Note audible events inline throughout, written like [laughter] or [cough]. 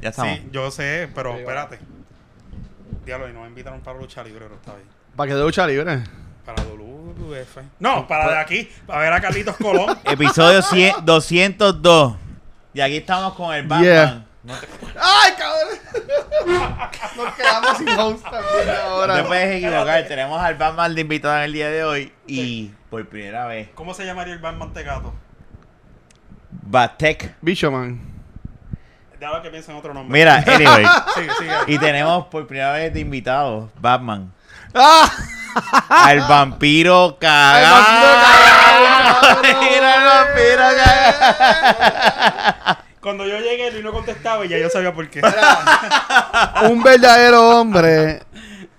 Ya estamos. Sí, yo sé, pero Sí, espérate. Diablo, y nos invitaron para lucha libre, pero está bien. ¿Para que de lucha libre? Para WWF. No, para de aquí, para ver a Carlitos Colón. Episodio 100 202. Y aquí estamos con el Batman. Yeah. No, te, ¡Ay, cabrón! Nos quedamos sin host también no te ahora. puedes equivocar. Tenemos al Batman de invitado en el día de hoy. Y por primera vez, [laughs] ¿Cómo se llamaría el Van Mantecato? Batec. Bicho, man. Déjalo que piensen otro nombre. Mira, anyway. Sí, sí. Y tenemos por primera vez de invitado Batman. ¡Ah! Al vampiro Ay, cagado. vampiro cagado. [laughs] Mira al vampiro cagado. Cuando yo llegué, él no contestaba y ya yo sabía por qué. [laughs] Un verdadero hombre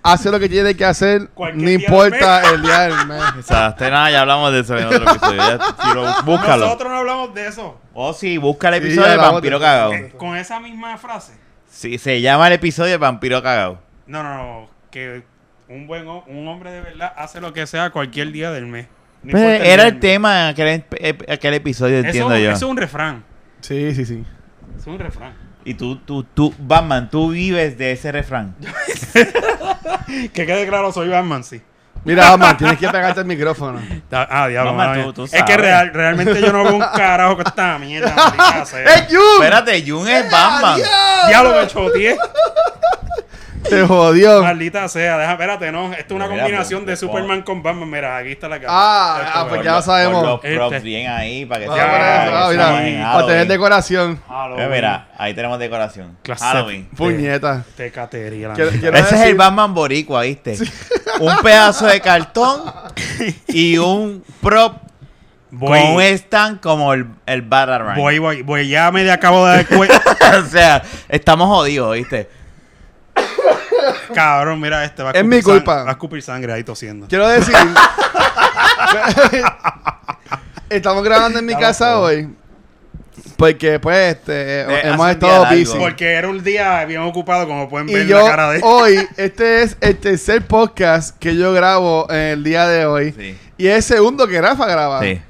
hace lo que tiene que hacer, Cualquier no día del importa el día del mes. Exacto, este nada, ya hablamos de eso en otro episodio. Ya, si lo- búscalo. Nosotros no hablamos de eso. Oh, sí, busca el Sí, episodio ya del hablamos vampiro de- cagado. Eh, Con esa misma frase. Sí, se llama el episodio del vampiro cagado. No, no, no. Que un buen ho- un hombre de verdad hace lo que sea cualquier día del mes. No Pues, importa era día el del mes. tema en aquel, ep- aquel episodio, entiendo eso, yo. eso es un refrán. Sí, sí, sí. Es un refrán. Y tú, tú, tú, Batman, tú vives de ese [laughs] refrán. Que quede claro, soy Batman, sí. Mira, Batman, tienes que pegarte el micrófono. Da- Ah, diablo, Mamá, mala tú- mía. tú Es que sabes. real- realmente yo no veo un carajo con esta [laughs] mierda. maldita sea. ¡Ey, Jun! Espérate, Jun es Batman. Diablo, me [laughs] choteé. Te jodió. Maldita sea. Deja, espérate, no. Esto es una Mira, combinación pues, de pues, Superman con Batman. Mira, aquí está la cara. Ah, Esto, ah, pues cabrón. ya Por sabemos. los props Este. bien ahí para que Ah, sea- mira, para ah, que sea en mira, para tener Halloween. decoración. Eh, mira, ahí tenemos decoración. Clase. Halloween. Puñeta. Te catería la Quiero- mierda. quiero Ese es el decir- Batman boricua, ¿viste? Un pedazo de cartón [laughs] y un prop Voy, con un stand como el, el Batarang. voy, voy, voy. Ya me acabo de dar cuenta. [laughs] o sea, estamos jodidos, ¿viste? [laughs] Cabrón, mira este. Va a Es escupir mi culpa. sangre- Va a escupir sangre ahí tosiendo. Quiero decir. [laughs] Estamos grabando en mi Estamos casa todos. hoy. Porque, pues, Eh, este, hace un hemos día estado largo. busy. Porque era un día bien ocupado, como pueden ver Y en yo, la cara de hoy, este es el tercer podcast que yo grabo en el día de hoy. Sí. Y es el segundo que Rafa graba. Sí.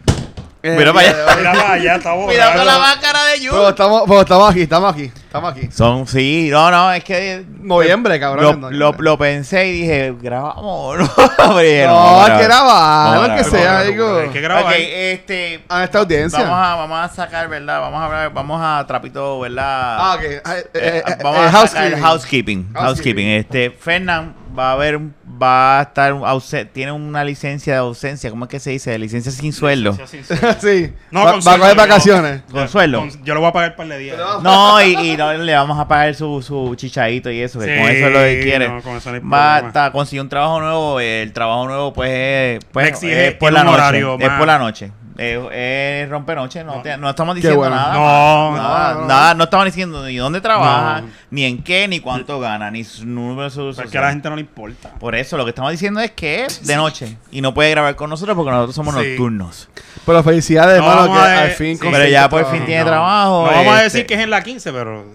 en el Mira día para allá. de hoy. Mira para allá, [laughs] está Mirando borrado. la máscara de Pero Jun. estamos, pero estamos aquí, estamos aquí, estamos aquí. Son, sí, no, no, es que. Noviembre, cabrón. Lo, noviembre. lo, lo pensé y dije, grabamos. No, [laughs] Dije, no, no, vamos a hay que grabar. grabar, Vamos a lo que grabar, sea, vamos a digo. Hay que grabar. Ok, este. A esta audiencia. Vamos a, vamos a sacar, ¿verdad? Vamos a hablar, vamos a trapito, ¿verdad? Ah, ok. Eh, eh, eh, vamos eh, a sacar el housekeeping. housekeeping. [laughs] housekeeping. Housekeeping. Este, Fernán va a haber, un- va a estar, un ausen- tiene una licencia de ausencia, ¿cómo es que se dice? Licencia sin sueldo. Sea sincero. sí. No, va, con va a coger sueldo, no. vacaciones. Con sueldo. Con- yo lo voy a pagar un par de días. Pero- No, y, y no le vamos a pagar su, su chichadito y eso, que Sí, con eso es lo que quiere. no, con eso no hay va problema. a conseguir un trabajo nuevo, el trabajo nuevo pues es, pues, Le exige- es por tiene un la noche. horario es más. por la noche. Es, es rompenoche, no, No. te- no estamos diciendo bueno. nada. No, nada, no, no. nada, no estamos diciendo ni dónde trabaja, No. ni en qué, ni cuánto gana, ni su número de su- Porque a social. la gente no le importa. Por eso lo que estamos diciendo es que es de noche y no puede grabar con nosotros porque nosotros somos Sí. nocturnos. Pero felicidades, No, hermano, vamos que a ver, al fin sí, Pero ya por [laughs] fin tiene trabajo. No vamos a este, decir que es en la 15, pero. [laughs]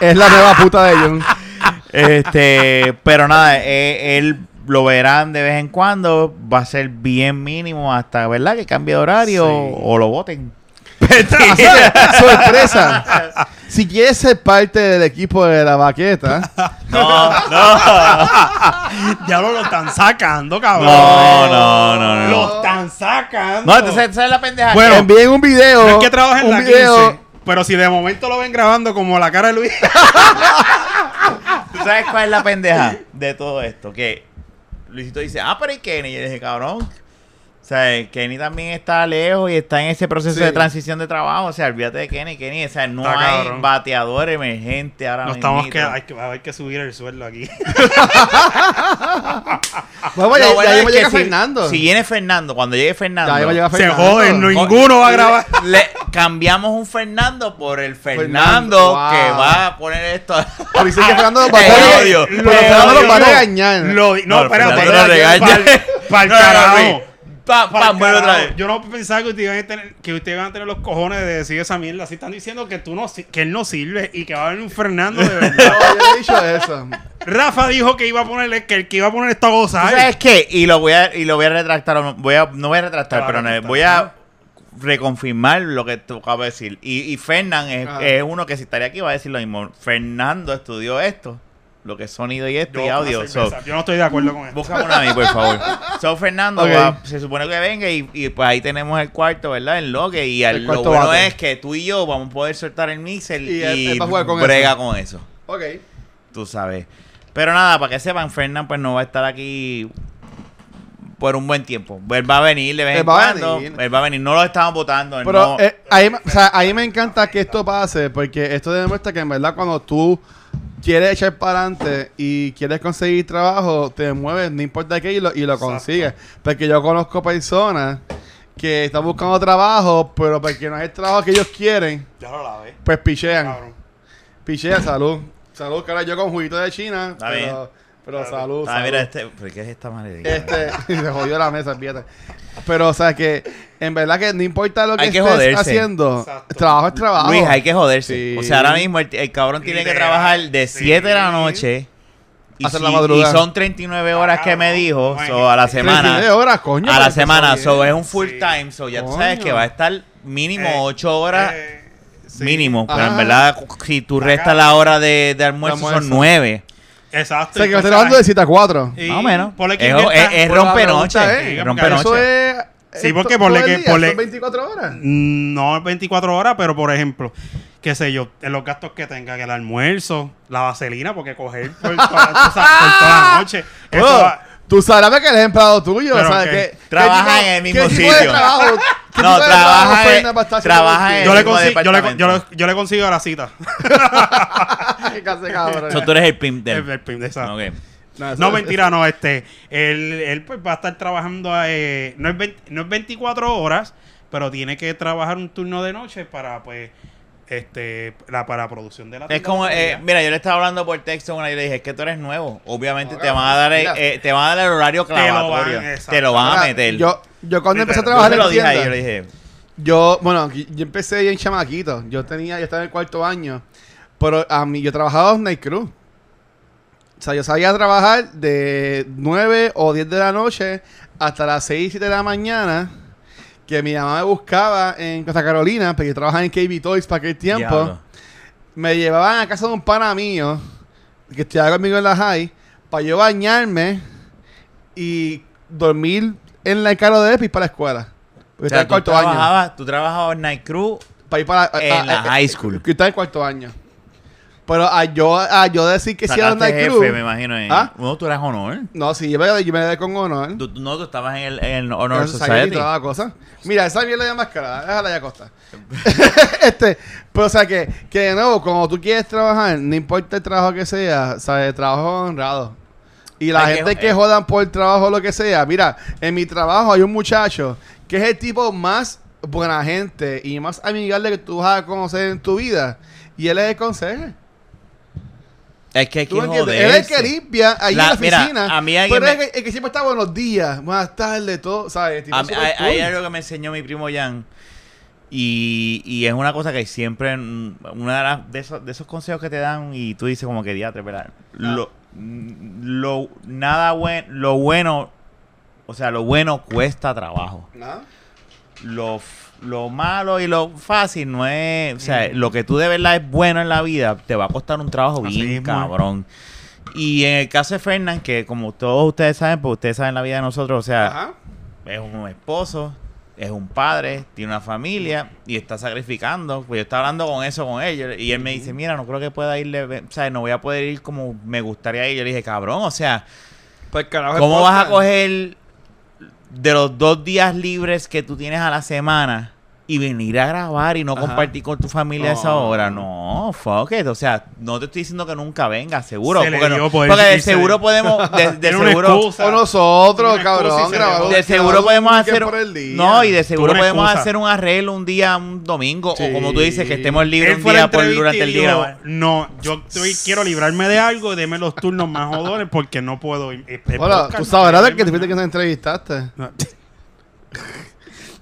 es la nueva puta de John. [laughs] Este, [laughs] pero nada, eh, él lo verán de vez en cuando, va a ser bien mínimo hasta, ¿verdad? Que cambie de horario Sí. o lo voten. Pues [laughs] Sorpresa. Si quieres ser parte del equipo de la baqueta, No, no, ya lo, lo están sacando, cabrón. no, no, no. Lo No, están sacando. no entonces esa es la pendeja. Bueno, envíen un video. No es que trabaja en un la 15. video. Pero si de momento lo ven grabando como la cara de Luis. ¿Tú sabes cuál es la pendeja de todo esto? Que Luisito dice, ah, pero ¿y Kenny? Y yo dije, cabrón. O sea, Kenny también está lejos y está en ese proceso Sí. de transición de trabajo. O sea, olvídate de Kenny, Kenny. O sea, no Está hay cabrón. bateador emergente ahora No mismo. estamos que. Hay que va a haber que subir el sueldo aquí. Ah, Vamos, ya, ya llega Fernando. Si viene Fernando, cuando llegue Fernando. ya llega Se Fernando. joden, no- ninguno va a grabar. Le cambiamos un Fernando por el Fernando, Fernando, que wow. va a poner esto. Pero dicen [laughs] que Fernando los va Te a odio. Pero Fernando los va a regañar. Lo di- no, No, espérate. Fernando lo regaña. Para el [laughs] No, no, no, carajo. Luis. Pa, Pa'l pa, vuelve otra carajo. vez. Yo no pensaba que ustedes, iban a tener, que ustedes iban a tener los cojones de decir esa mierda. Así están diciendo que tú no si- que él no sirve y que va a haber un Fernando de [laughs] verdad. No, yo no he dicho eso. Rafa dijo que iba a ponerle, que el que iba a poner esta ¿Tú gozada. ¿Sabes qué? Y lo voy a, y lo voy a retractar. o no- Voy a, no voy a retractar, Te va a pero no, retractar, voy a reconfirmar lo que tú acabas de decir. Y, y Fernán es, Ah. es uno que si estaría aquí va a decir lo mismo. Fernando estudió esto, lo que es sonido y esto y con audio. la cerveza, So, yo no estoy de acuerdo con esto. búscame una a mí, por favor. So, Fernando Ok. va- se supone que venga y, y pues ahí tenemos el cuarto, ¿verdad? El loque. Y al- El lo cuarto bueno bate. es que tú y yo vamos a poder soltar el mixer y, Y él- él va a jugar con brega eso. con eso. Ok. Tú sabes. Pero nada, para que sepan, Fernán pues no va a estar aquí por un buen tiempo. Él va a venir de vez Él en va a cuando. venir. Él va a venir. No lo estamos votando. él Pero no- eh, ahí, me- o sea, ahí me encanta que esto pase, porque esto demuestra que en verdad cuando tú quieres echar para adelante y quieres conseguir trabajo, te mueves, no importa qué, y lo, y lo Exacto. consigues. Porque yo conozco personas que están buscando trabajo, pero porque no es el trabajo que ellos quieren, Ya lo lavé. pues pichean. Cabrón. Pichean, salud. Salud, que ahora yo con juguito de China, Está bien. pero, pero Está bien. salud. Ah, mira, salud. este, ¿por qué es esta maledición? [laughs] Este, se jodió la mesa, fíjate. Pero, o sea, que en verdad que no importa lo que, Hay que estés joderse. haciendo, Exacto. trabajo es trabajo. Luis, hay que joderse. Sí. O sea, ahora mismo el, el cabrón tiene que Literal, trabajar de sí. 7 de la noche. Y, Hasta la si- madrugada. y son 39 horas que me dijo Bueno. so, a la 39 semana. horas, coño. A pero la que semana, son so, bien. es un full Sí. time. So, ya tú sabes Coño. que va a estar mínimo Eh, 8 horas. Eh, sí. Mínimo, pero en Ah. verdad, si tú Acá. restas la hora de, de almuerzo, Almuerzo. son 9. pues. O Exacto. sea, que me entonces estoy hablando la- de cita 4. y Más o menos. ponle que Es, invierta- es- es Pero la rompe pregunta noche. es, es digamos rompe que noche. Eso es. Sí, es porque to- ponle todo el que- día, ponle- Son 24 horas. No 24 horas, pero por ejemplo, qué sé yo, en los gastos que tenga, que el almuerzo, la vaselina, porque coger por toda, o sea, por toda la noche. eso Oh, va- Tú sabes que él es empleado tuyo. Pero o sea, que que, ¿qué trabaja tipo- en el mismo ¿qué tipo de sitio? [laughs] trabajo? ¿Qué No, tipo de trabaja trabajo en- Fernan va a estar haciendo trabaja aquí? en- yo, le mismo [laughs] consi- yo, le, con- departamento. yo, le, yo le consigo la cita. Ay, casi, cabrón. So, tú eres el pimp [laughs] del. El- el pin de esa. Ok. eso- No, mentira, no, este. Él, él pues va a estar trabajando, eh, no, es 20 no es 24 horas, pero tiene que trabajar un turno de noche para, pues, este, la, para producción de la Es como, eh, tecnología. mira, yo le estaba hablando por texto a una y le dije, es que tú eres nuevo. Obviamente No, te, van a cabrón, dar, el- mira. eh, te van a dar el horario Te lo van- clavatorio. Te lo exacto. van, a Mira, meter. Yo, yo cuando empecé a Literal. Yo trabajar se en lo dije a tienda- ellos, yo le dije, Yo, bueno, yo yo empecé bien chamaquito. Yo tenía, yo estaba en el cuarto año. Pero a mí, yo trabajaba en Night Crew. O sea, yo sabía trabajar de 9 o 10 de la noche hasta las 6, 7 de la mañana. Que mi mamá me buscaba en Costa Carolina, porque yo trabajaba en KB Toys para aquel tiempo. "Diablo". Me llevaban a casa de un pana mío, que estudiaba conmigo en la high, para yo bañarme y dormir en la carro de él y ir para la escuela. Porque O sea, estaba en tú cuarto año. trabajabas, tú trabajabas en Night Crew Para ir para En la high school. Que está en cuarto año. Pero a yo, a yo decir que sí era Sacaste Night jefe, Crew. me imagino. en- ¿Ah? No, tú eras honor. No, sí, yo me, yo me quedé con honor. Tú, tú- no, tú estabas en el en el Honor Honor Society y Society. toda la cosa. Mira, esa mierda ya máscara, déjala [laughs] ya costa. este, pero o sea que, que de nuevo, cuando tú quieres trabajar, no importa el trabajo que sea, o sea, el trabajo es honrado. Y Hay la que- gente que, eh. jodan por el trabajo o lo que sea, mira, en mi trabajo hay un muchacho que es el tipo más buena gente y más amigable que tú vas a conocer en tu vida. Y él es el consejo. Es que hay ¿Tú que me entiendes? Él es el joderse. que limpia ahí La- en la mira, oficina. a mí alguien pero me- es el que, el que siempre está buenos días, buenas tardes, todo, ¿sabes? El tipo A- es hay, súper cool. hay algo que me enseñó mi primo Jan. Y, y es una cosa que siempre, mm, una de, las- de esos, de esos consejos que te dan y tú dices como que diatre, ¿verdad? Ah. Lo, mm, lo, nada buen, lo bueno, o sea, lo bueno cuesta trabajo. ¿Ah? ¿No? Lo, f- lo malo y lo fácil no es, o sea, Mm. lo que tú de verdad es bueno en la vida, te va a costar un trabajo Así bien mismo es. cabrón. Y en el caso de Fernán, que como todos ustedes saben, pues ustedes saben la vida de nosotros, o sea, Ajá. es un esposo, es un padre, tiene una familia y está sacrificando. Pues yo estaba hablando con eso con ellos y él me dice, mira, no creo que pueda irle, ve- o sea, no voy a poder ir como me gustaría ir. Yo le dije, cabrón, o sea, Pues carajo. ¿cómo vas a coger de los dos días libres que tú tienes a la semana y venir a grabar y no Ajá. compartir con tu familia a esa No. Oh. hora? No, fuck it. O sea, no te estoy diciendo que nunca venga, seguro. Se le porque no- dio por porque de irse. seguro podemos, de, de Tiene una seguro... excusa. O nosotros, Una excusa cabrón, y este se grabar le va. un- De seguro grabar podemos un hacer. weekend por el día. No, y de seguro una podemos excusa. hacer un arreglo un día, un domingo, o Sí. como tú dices, que estemos Él libres un fue a la día por, entrevista durante y el dijo, día. No, yo estoy- quiero librarme de algo, deme los turnos más jodones porque no puedo ir. Eh, eh, Hola, podcast, tú no sabrás puedo de que te irme, fuiste que ¿no? nos entrevistaste. [laughs]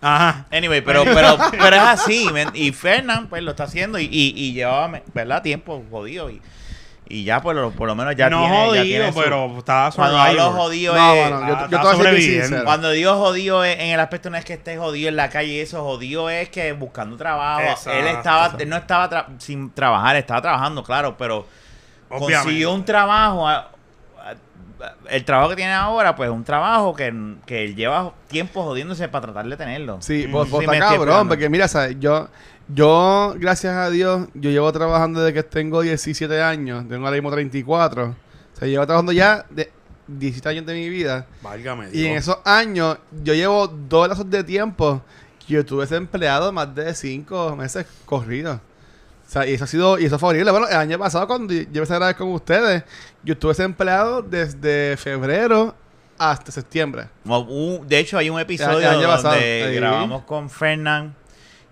Ajá. Anyway, [laughs] pero, pero, pero es así. men. Y Fernán, pues lo está haciendo y, y, y llevaba, ¿verdad? Tiempo jodido. Y, Y ya, por lo, por lo menos, ya no tiene. ya jodido, tiene su- pero estaba Cuando survivor. hablo jodido No, es. no, no, Ah, yo, yo te está voy a ser bien sobreviviendo. sincero. Cuando digo jodido es- en el aspecto no es que esté jodido en la calle, eso jodido es que buscando trabajo. Exacto. él estaba, él no estaba tra- sin trabajar, estaba trabajando, claro, pero Obviamente. consiguió un trabajo. a- a- el trabajo que tiene ahora, pues un trabajo que, que él lleva tiempo jodiéndose para tratar de tenerlo. Sí, Mm, vos, sí vos me está estoy cabrón, explicando. porque mira, ¿sabes? Yo, yo, gracias a Dios, yo llevo trabajando desde que tengo 17 años, tengo ahora mismo 34. O sea, llevo trabajando ya de 17 años de mi vida. Válgame. Y en Dios. esos años, yo llevo dos lazos de tiempo que yo estuve desempleado más de cinco meses corridos. O sea, y eso ha sido, y eso fue horrible. Bueno, el año pasado, cuando yo empecé a grabar con ustedes, yo estuve desempleado desde febrero hasta septiembre. Como un- de hecho, hay un El episodio año donde pasado, ahí. grabamos con Fernán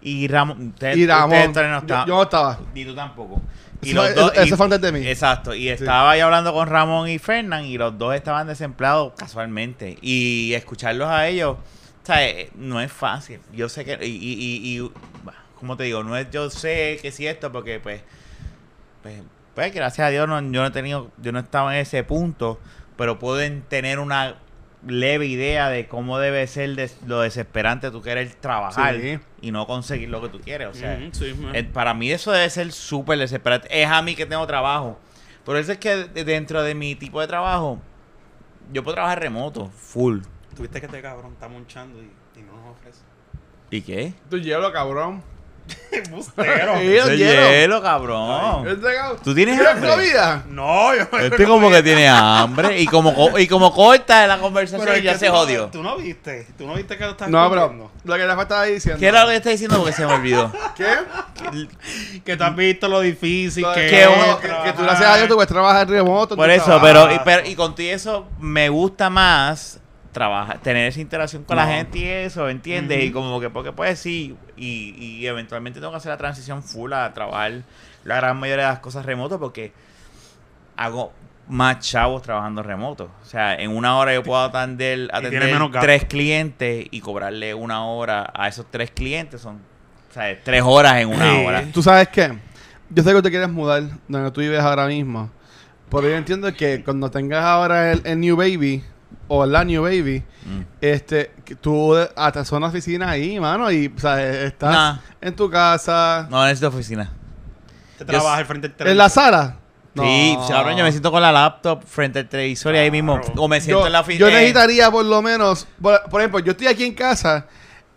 y Ramón. Ustedes- y Eh, ustedes Ramón, tres no yo, estaban- yo no estaba. Ni tú tampoco. Y Eso los fue- dos- eso- y- eso fue antes de mí. Exacto. Y estaba ahí hablando con Ramón y Fernán y los dos estaban desempleados casualmente. Y escucharlos a ellos, ¿sabes? No es fácil. Yo sé que... Y, y, y- y, bah, ¿cómo te digo? No es yo sé que sí esto porque pues... Pues, pues, gracias a Dios no, yo no he tenido... Yo no estaba en ese punto, pero pueden tener una leve idea de cómo debe ser des- lo desesperante tú querer trabajar Sí. y no conseguir lo que tú quieres. O sea, Ujú, sí, man. eh, Para mí eso debe ser súper desesperante. Es a mí que tengo trabajo. Por eso es que de- dentro de mi tipo de trabajo, yo puedo trabajar remoto, full. Tuviste que este cabrón está monchando y, y no nos [laughs] ofrece. ¿Y qué? Tu hielo, cabrón. Bustero. Sí. Hielo, Eso es hielo. hielo, cabrón. ¿Tú tienes ¿Tienes hambre? comida? no, yo Este como que tiene hambre y como, co- y como corta la conversación es ya que se tú no- jodió. Tú no viste. Tú no viste que lo estás No, pero comiendo. lo que Rafa estaba diciendo. ¿Qué era lo que está diciendo? Porque se me olvidó. ¿Qué? Que tú has visto lo difícil Lo de- que que es uno- que, trabajar. que tú gracias a Dios tú puedes trabajar remoto. en Por tu eso, trabajo. pero y, pero y con todo eso me gusta más trabajar, tener esa interacción con la gente y eso, ¿entiendes? Y como que porque pues sí, y, y eventualmente tengo que hacer la transición full a trabajar la gran mayoría de las cosas remoto porque hago más chavos trabajando remoto. O sea, en una hora yo [laughs] puedo atender, atender menos gasto. tres clientes y cobrarle una hora a esos tres clientes. Son, o sea, tres horas en una Sí. hora. ¿Tú sabes qué? Yo sé que te quieres mudar donde tú vives ahora mismo. Pero yo entiendo que cuando tengas ahora el, el New Baby o la New Baby, Mm. este, que tú hasta son oficinas ahí, mano, y o sea, estás Nah. en tu casa, No necesito oficina. Te Yo trabajas s- al frente del en la sala. Sí, No. cabrón, yo me siento con la laptop frente al televisor y ahí mismo. Claro. O me siento yo, en la oficina. yo necesitaría por lo menos, por, por ejemplo, yo estoy aquí en casa,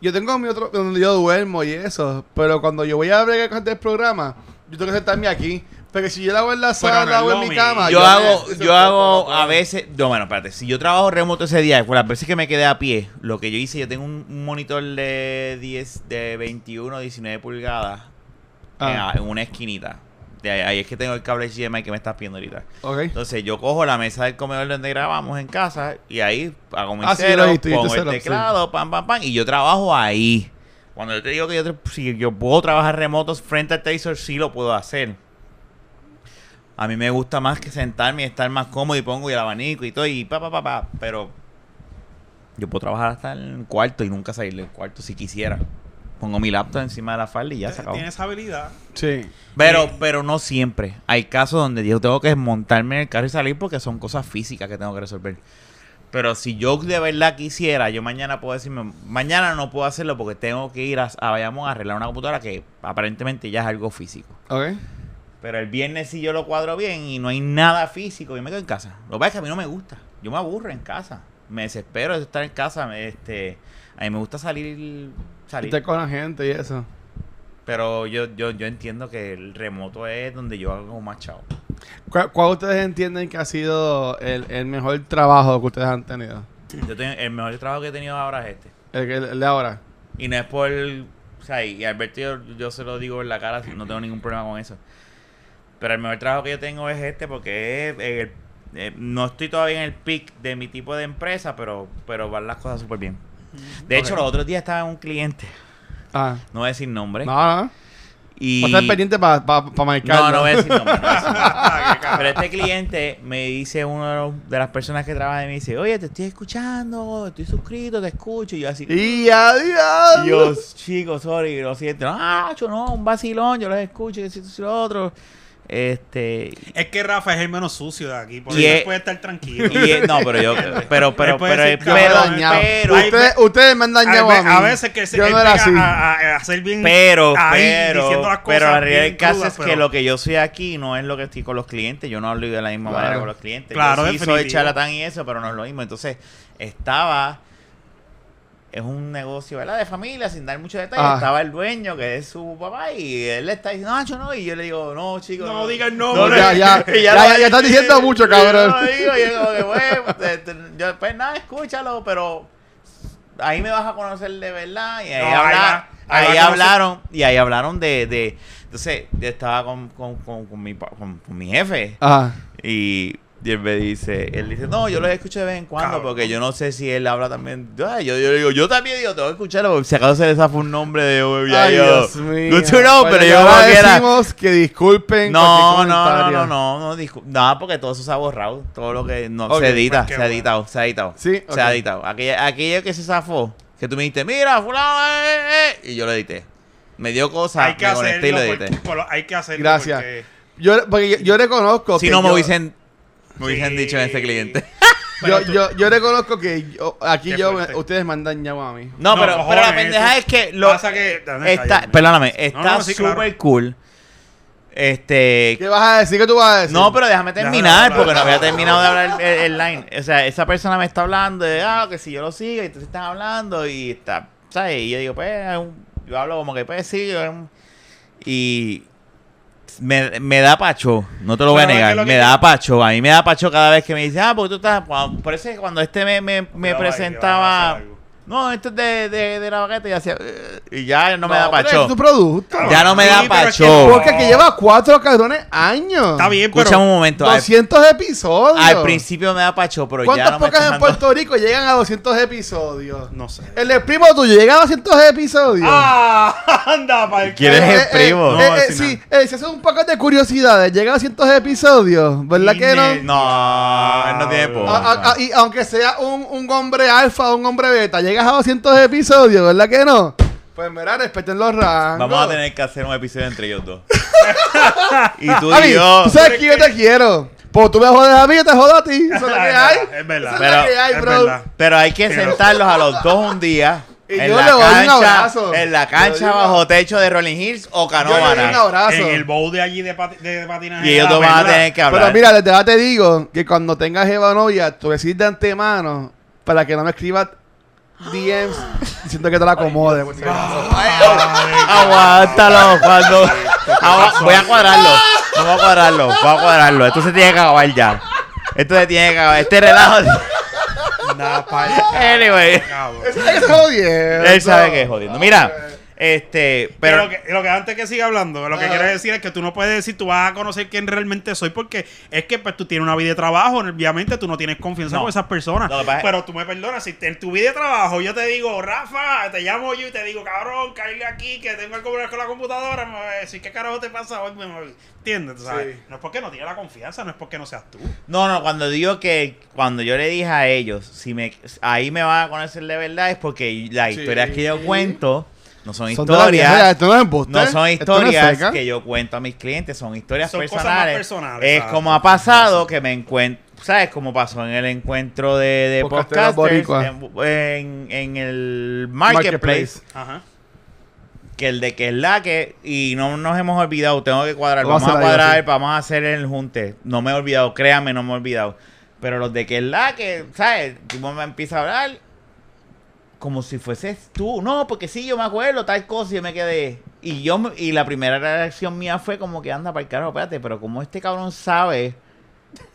yo tengo mi otro donde yo duermo y eso, pero cuando yo voy a abrir el programa, yo tengo que sentarme aquí, porque si yo la hago en la no sala es o en lo mi cama, yo, me- hago, eso- yo hago no a puedo. veces. No, bueno, espérate. Si yo trabajo remoto ese día, por las veces que me quedé a pie, lo que yo hice, yo tengo un un monitor de 10, de 21, 19 pulgadas en Ah, a- en, una esquinita. De ahí, ahí es que tengo el cable HDMI que me estás viendo ahorita. ok. Entonces yo cojo la mesa del comedor donde grabamos en casa y ahí hago mi Ah, sí, yo lo cero, he visto, yo he pongo visto el cero, sí. teclado, pam, pam, pam, y yo trabajo ahí. Cuando yo te digo que yo, tra- si yo puedo trabajar remotos frente al televisor, sí lo puedo hacer. A mí me gusta más que sentarme y estar más cómodo y pongo el abanico y todo y pa, pa, pa, pa. Pero yo puedo trabajar hasta el cuarto y nunca salir del cuarto si quisiera. Pongo mi laptop encima de la falda y ya se acabó. Tienes habilidad. Sí. Pero, pero no siempre. Hay casos donde yo tengo que montarme en el carro y salir porque son cosas físicas que tengo que resolver. Pero si yo de verdad quisiera, yo mañana puedo decirme, mañana no puedo hacerlo porque tengo que ir a, a Bayamón a arreglar una computadora que aparentemente ya es algo físico. Ok. Pero el viernes si yo lo cuadro bien y no hay nada físico, yo me quedo en casa. Lo que pasa es que a mí no me gusta. Yo me aburro en casa. Me desespero de estar en casa. me- Este, a mí me gusta salir, Y salir. te con la gente y eso. Pero yo, yo, yo entiendo que el remoto es donde yo hago más chao. ¿Cuál, cuál ustedes entienden que ha sido el, el mejor trabajo que ustedes han tenido? Yo tengo, el mejor trabajo que he tenido ahora es este. El, el- el de ahora. Y no es por. O sea, y y Alberto, yo, yo se lo digo en la cara, no tengo ningún problema con eso. Pero el mejor trabajo que yo tengo es este porque es- es el- eh, no estoy todavía en el pic de mi tipo de empresa, pero, pero van las cosas súper bien. De hecho, Ok. los otros días estaba un cliente, Ah. no voy a decir nombre. No, no. no. y... Va a estar pendiente para pa, pa marcarlo. No, no voy a decir nombre. no voy a decir nombre. Pero este cliente me dice, uno de, los- de las personas que trabaja ahí, me dice, oye, te estoy escuchando, estoy suscrito, te escucho. Y yo así, [laughs] Y adiós. Dios, chicos, sorry, lo siento. Ah, yo no, un vacilón, yo los escucho, y esto y lo otro. Este, Es que Rafa es el menos sucio de aquí, por Y eso es- puede estar tranquilo. [laughs] y, eh, [laughs] no, pero yo, pero, pero, pero, puede decir, pero, Yo me he Pero- dañado. pero- Ay, ustedes, ustedes me han a, dañado a, ve- mí. a veces que se Yo él no era llega así. A, a- a hacer bien pero, ahí, pero, diciendo las cosas pero la realidad bien del caso crudas, es pero- que lo que yo soy aquí no es lo que estoy con los clientes. Yo no hablo de la misma Claro. manera con los clientes. Claro, yo sí soy definitivo. charlatán y eso, pero no es lo mismo. Entonces, estaba. Es un negocio, ¿verdad? De familia, sin dar mucho detalle. Ah. Estaba el dueño, que es su papá, y él le está diciendo, no, yo no. Y yo le digo, no, chico. No digas digan nombre. No, ya, ya, [laughs] ya, lo- ya, ya estás diciendo mucho, cabrón. Yo lo digo, y es como que, bueno, [laughs] te- te- yo, pues nada, escúchalo, pero ahí me vas a conocer de verdad. Y ahí, No, ahí habla- va, ahí ahí va a conocer. hablaron, y ahí hablaron de, de entonces, yo estaba con, con, con, con mi, pa- con, con mi jefe Ajá. y, y él me dice, él dice, no, yo los escucho de vez en cuando Cabrón. porque yo no sé si él habla también. Ah, Yo, yo, digo, yo también digo, tengo que escucharlo porque si acaso se les zafó un nombre de... ya Ay, yo, Dios mío. Good to know, pero yo como ahora quiera- decimos que disculpen no, cualquier no, no, comentario. no, no, no, discu- no, porque todo eso se ha borrado. Todo lo que no Ok, se edita, pues, qué se ha bueno. editado, se ha editado. Sí, Se ha ok. editado. Aquello, aquello que se zafó, que tú me dijiste, mira, fulano, eh, eh", y yo lo edité. Me dio cosas, hay que me conecté y lo hacerlo. edité. porque- por lo- hay que hacerlo. Gracias. porque- Yo, porque yo, yo reconozco Si que no me yo- hubiesen, me hubiesen pues. Sí. dicho en [laughs] este cliente. Yo, Pero tú- yo, yo reconozco que yo- aquí Qué yo, fuerte. ustedes me han dañado a mí. No, No, pero, cojones, pero la pendeja eso es que lo pasa que- Dame, está, cállate. perdóname, está No, no, sí, super claro. cool. Este, ¿Qué vas a decir? ¿Qué tú vas a decir? No, pero déjame Déjame terminar, hablar. porque no había terminado de hablar el, el line. O sea, esa persona me está hablando de, ah, que si yo lo sigo, y entonces están hablando, y está, ¿sabes? Y yo digo, pues, es un- yo hablo como que, pues, sí, es un- y me, me da pacho, no te lo voy a Pero es que negar, lo que me te- da pacho, a mí me da pacho cada vez que me dice, ah, porque tú estás, cuando- por eso es que cuando este me, me, me Cuidado ahí, que vas a presentaba, hacer algo. no, esto es de, de, de la baqueta, y hacía, "Eh", y ya no me da pero pacho. Es tu producto. Ya no me da Sí, pero es que pacho. no. Porque aquí lleva cuatro cabrones años. Está bien, pero. Escuchame un momento, al, 200 episodios. al principio me da pacho, pero ya no ¿Cuántas me pocas está en dando- Puerto Rico llegan a 200 episodios? No sé. El de primo tuyo llega a 200 episodios. ¡Ah! [laughs] Anda, para el ¿Quieres carajo. el primo? eh, No, eh, ese sí, eh, si haces un poco de curiosidades, llega a 200 episodios, ¿verdad que no? Nene. No, él no tiene por. A- a- a- y aunque sea un, un hombre alfa o un hombre beta, llegas a 200 episodios, ¿verdad que no? Pues mira, respeten los rangos. Vamos a tener que hacer un episodio entre ellos [laughs] dos. y tú Javi, y yo. tú sabes que yo te quiero. Pues tú me jodes a mí, yo te jodo a ti. Eso es lo que Es hay. verdad, es verdad. Eso es lo que Pero- hay, es bro. verdad. Pero hay que sentarlos a los dos un día. [laughs] Y en yo la le doy un cancha, abrazo. En la Yo le cancha doy un- bajo techo de Rolling Hills o Yo le doy un Canóvana. abrazo. En el bowl de allí de, pati- de patinaje. Y ellos Ah, dos van a ¿verdad? tener que hablar. Pero mira, desde ahora te digo que cuando tengas Eva novia, tú decís de antemano para que no me escribas DMs diciendo que te la acomode. por si acaso. Aguántalo, cuando. Agua- Voy a cuadrarlo. Vamos a cuadrarlo. Vamos a cuadrarlo. Esto se tiene que acabar ya. Esto se tiene que acabar. Este relajo. [laughs] Anda, pa'l carajo, Anyway. cabrón. Él sabe que es jodiendo. Él sabe que es jodiendo. Mira, este. Pero Pero. lo que, lo que antes que siga hablando, lo que Ajá. quiero decir es que tú no puedes decir, tú vas a conocer quién realmente soy, porque es que pues, tú tienes una vida de trabajo, obviamente tú no tienes confianza No. con esas personas. Lo que pasa es- Pero tú me perdonas, si te- en tu vida de trabajo yo te digo, Rafa, te llamo yo y te digo, cabrón, cállate aquí, que tengo que hablar con la computadora, me vas a decir, ¿qué carajo te pasa hoy? Me- me- ¿Entiendes? Tú sabes, Sí. No es porque no tienes la confianza, no es porque no seas tú. No, no, cuando digo que cuando yo le dije a ellos, si me ahí me van a conocer de verdad es porque las Sí. historias que yo cuento no son, Son de la vida, historias. esto no es embuste. No son Esto no es historias seca. que yo cuento a mis clientes, son historias Son cosas más personales. personales, Es ¿sabes? como ha pasado que me encuentro, ¿sabes? Como pasó en el encuentro de, de Podcasteros podcasters en, boricuas. en- en el marketplace, Marketplace. Ajá. que el de que es la que y no nos hemos olvidado, tengo que cuadrar, Vamos vamos, a a hacer algo cuadrar, así. vamos a hacer el junte. No me he olvidado, créame, no me he olvidado. Pero los de que es la que, ¿sabes? Tú me empieza a hablar como si fueses tú. No, porque sí, yo me acuerdo tal cosa y yo me quedé. Y yo me- y la primera reacción mía fue como que anda para el carajo, espérate, pero como este cabrón sabe.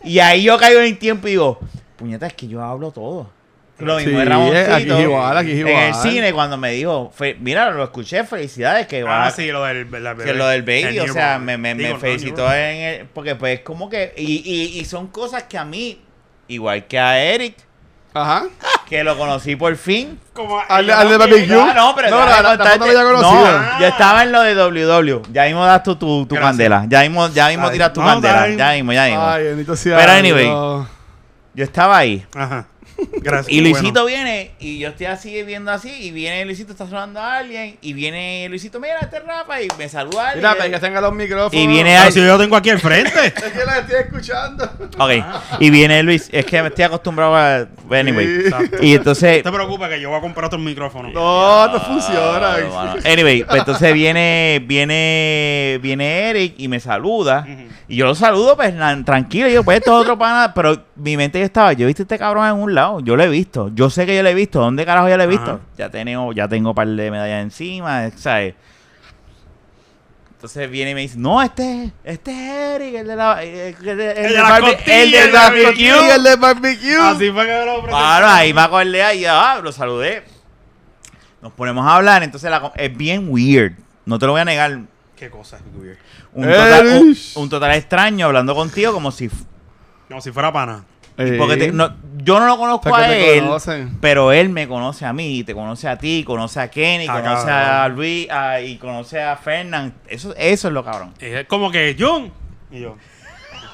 Y ahí yo caigo en el tiempo y digo, puñeta, es que yo hablo todo. Lo mismo Sí, eh, es Ramoncito. aquí es igual, aquí es En el igual. cine cuando me dijo, fe- mira, lo escuché, felicidades que va Ah, sí, lo del, la- que lo del el baby, o sea, newborn. me, me, me Digo, no, felicitó newborn. en el, porque pues como que y, y, y son cosas que a mí igual que a Eric Ajá. que lo conocí por fin. Como a- Al- ella al de también, barbecue. Ah, no, pero [laughs] No, déjame la- la- la contarte- foto no la había no, conocido. Ah. yo estaba en lo de WW. Ya mismo das tu, tu, tu Gracias. candela. Ya mismo, ya mismo Ay, tiras tu no, candela. dale. Ya mismo, ya mismo. Ay, bendito sea. Pero anyway. Dios. Yo estaba ahí. Ajá. Gracias. Y bueno. Luisito viene, y yo estoy así viendo así, y viene Luisito, está sonando a alguien, y viene Luisito, mira, este Rafa, y me saluda. Mira, alguien. para que tenga los micrófonos. Y viene Pero al- si yo lo tengo aquí al [laughs] frente. Es que la estoy escuchando. Ok, y viene Luis, es que me estoy acostumbrado a... Pues, Anyway. Exacto. Y entonces... [laughs] No te preocupes que yo voy a comprar otro micrófono. No, no Ah, funciona. bueno. Anyway, pues entonces viene, viene, viene Eric y me saluda. Ujú. Y yo lo saludo, pues na- tranquilo. Yo, pues esto es otro pana. Pero mi mente ya estaba. Yo he visto a este cabrón en un lado. Yo lo he visto. Yo sé que yo lo he visto. ¿Dónde carajo yo lo he visto? Ajá. Ya tengo, ya tengo un par de medallas encima, ¿sabes? Entonces viene y me dice, no, este es, este es Eric, el de la... El, el- el- el de del la barbe- costilla, el del el de la barbecue. Y el de barbecue. Así fue que lo presenté. Claro, ahí me acordé, ahí, ah, lo saludé. Nos ponemos a hablar, entonces la co- es bien weird. No te lo voy a negar. Un Qué cosa. weird. total, un, Eres. un total extraño hablando contigo como si... f- No, si fuera pana. Porque te- no- yo no lo conozco Porque a te él, conocen. pero él me conoce a mí, te conoce a ti, conoce a Kenny, Ah, conoce a cabrón. Luis a- y conoce a Fernán. Eso, eso es lo cabrón. Y es como que, John. Y yo,